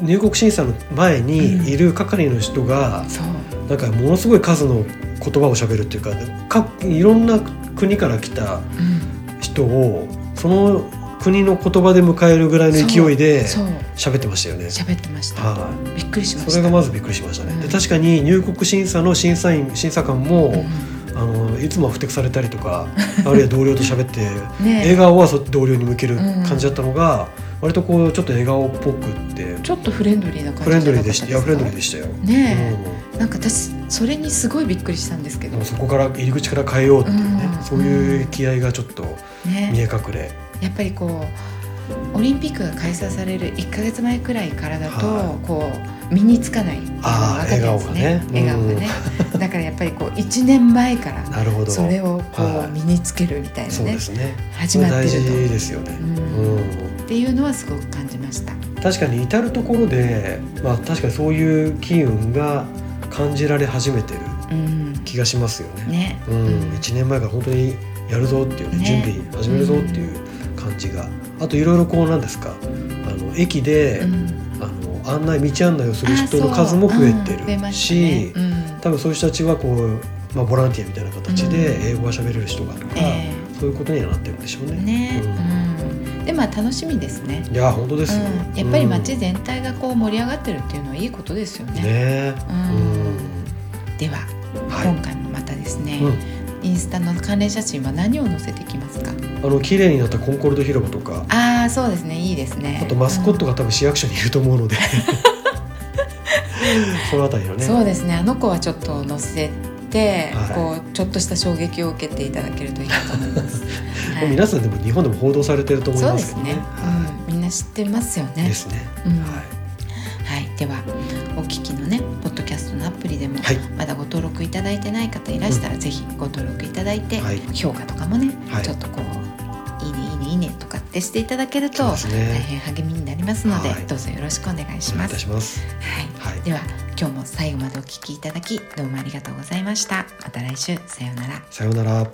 [SPEAKER 2] 入国審査の前
[SPEAKER 1] うん
[SPEAKER 2] にいる係の人が、
[SPEAKER 1] そう
[SPEAKER 2] なんかものすごい数の言葉をしゃべるっていうかかいろんな国から来
[SPEAKER 1] う
[SPEAKER 2] た
[SPEAKER 1] ん
[SPEAKER 2] 人をその国の言葉で迎えるぐらいの勢いで
[SPEAKER 1] そう
[SPEAKER 2] 喋ってましたよね。
[SPEAKER 1] 喋ってました
[SPEAKER 2] は
[SPEAKER 1] びっくりし
[SPEAKER 2] い、
[SPEAKER 1] ました
[SPEAKER 2] それがまずびっくりしましたね。
[SPEAKER 1] う
[SPEAKER 2] で
[SPEAKER 1] ん
[SPEAKER 2] 確かに入国審査の審査員審査官も、
[SPEAKER 1] う
[SPEAKER 2] あのいつもはふてくされたり とかあるいは同僚と喋って
[SPEAKER 1] んね
[SPEAKER 2] 笑顔はそ同僚に向ける
[SPEAKER 1] うん
[SPEAKER 2] 感じだったのが、割とこうちょっと笑顔っぽくって
[SPEAKER 1] ちょっとフレンドリーな感じ
[SPEAKER 2] フレンドリーでしたいやフレンドリー
[SPEAKER 1] で
[SPEAKER 2] でしたよ。
[SPEAKER 1] ね
[SPEAKER 2] うん
[SPEAKER 1] えなんか私それにすごいびっくりしたんですけ
[SPEAKER 2] で
[SPEAKER 1] ど
[SPEAKER 2] もそこから入り口から変えようっていうね、
[SPEAKER 1] うん
[SPEAKER 2] そういう気合がちょっと見え
[SPEAKER 1] ね
[SPEAKER 2] 隠れ、
[SPEAKER 1] やっぱりこうオリンピックが開催される1か月前くらいからだと、
[SPEAKER 2] は
[SPEAKER 1] こう身につかない
[SPEAKER 2] あー
[SPEAKER 1] 分かったやつ
[SPEAKER 2] 笑
[SPEAKER 1] 笑
[SPEAKER 2] 顔
[SPEAKER 1] 顔
[SPEAKER 2] がね
[SPEAKER 1] がね、だからやっぱりこう1年前から
[SPEAKER 2] なるほど
[SPEAKER 1] それをこ
[SPEAKER 2] は
[SPEAKER 1] う
[SPEAKER 2] い
[SPEAKER 1] 身につけるみたいな
[SPEAKER 2] そう
[SPEAKER 1] ね、
[SPEAKER 2] ですね
[SPEAKER 1] 始まってる
[SPEAKER 2] それ大事
[SPEAKER 1] と
[SPEAKER 2] ですよね、
[SPEAKER 1] うん
[SPEAKER 2] うん
[SPEAKER 1] っていうのはすごく感じました。
[SPEAKER 2] 確かに至る所で、まあ、確かにそういう機運が感じられ始めてる
[SPEAKER 1] うん、
[SPEAKER 2] 気がしますよね
[SPEAKER 1] ね、
[SPEAKER 2] うん1年前から本当にやるぞっていうね
[SPEAKER 1] ね
[SPEAKER 2] 準備始めるぞっていう感じが、あといろいろこうなんですかあの駅で、
[SPEAKER 1] うん
[SPEAKER 2] あの案内道案内をする人の
[SPEAKER 1] あーそう
[SPEAKER 2] 数も増えて
[SPEAKER 1] うん増えま
[SPEAKER 2] る
[SPEAKER 1] した
[SPEAKER 2] し、
[SPEAKER 1] ねうん
[SPEAKER 2] 多分そういう人たちはこう、まあ、ボランティアみたいな形
[SPEAKER 1] う
[SPEAKER 2] で
[SPEAKER 1] ん
[SPEAKER 2] 英語が喋れる人がとか、
[SPEAKER 1] え
[SPEAKER 2] そういうことにはなってるんでしょうね。
[SPEAKER 1] えね、うんでまあ楽しみですね。
[SPEAKER 2] いや本当ですよ、
[SPEAKER 1] うん、やっぱり街全体がこう盛り上がってるっていうのはいいことですよ
[SPEAKER 2] うんね
[SPEAKER 1] ね。
[SPEAKER 2] う
[SPEAKER 1] では、
[SPEAKER 2] んはい、
[SPEAKER 1] 今回もまたですね、
[SPEAKER 2] うん
[SPEAKER 1] インスタの関連写真は何を載せてきますか。
[SPEAKER 2] あの綺麗になったコンコルド広場とか
[SPEAKER 1] ああ、そうですね、いいですね。
[SPEAKER 2] あとマスコット
[SPEAKER 1] が、
[SPEAKER 2] が多分市役所にいると思うので その辺りのね
[SPEAKER 1] そうですね、あの子はちょっと載せて、
[SPEAKER 2] は
[SPEAKER 1] こうちょっとした衝撃を受けていただけるといいかと思い ます。は
[SPEAKER 2] もう
[SPEAKER 1] い
[SPEAKER 2] 皆さんでも日本でも報道されてると思い
[SPEAKER 1] そう
[SPEAKER 2] ま
[SPEAKER 1] ですす
[SPEAKER 2] けど
[SPEAKER 1] ね、
[SPEAKER 2] ね。は
[SPEAKER 1] うん、みんな知ってますよ
[SPEAKER 2] い
[SPEAKER 1] ね
[SPEAKER 2] で。すね。
[SPEAKER 1] うん
[SPEAKER 2] はい
[SPEAKER 1] はい、ではお聞きのねポッドキャストのアプリでも、
[SPEAKER 2] はい
[SPEAKER 1] まだご登録いただいてない方いらしたら、ぜひご登録いただいて、
[SPEAKER 2] はい
[SPEAKER 1] 評価とかもね、
[SPEAKER 2] はい
[SPEAKER 1] ちょっとこういいねいいねいいねとかってしていただけると
[SPEAKER 2] そうです
[SPEAKER 1] 大
[SPEAKER 2] ね。
[SPEAKER 1] 変励みになりますので、
[SPEAKER 2] はい
[SPEAKER 1] どうぞよろしくお願いし
[SPEAKER 2] お
[SPEAKER 1] ま
[SPEAKER 2] 願いいた
[SPEAKER 1] す。
[SPEAKER 2] します。
[SPEAKER 1] はい、
[SPEAKER 2] はい。
[SPEAKER 1] では今日も最後までお聞きいただきどうもありがとうございました。また来週さようなら。
[SPEAKER 2] さようなら。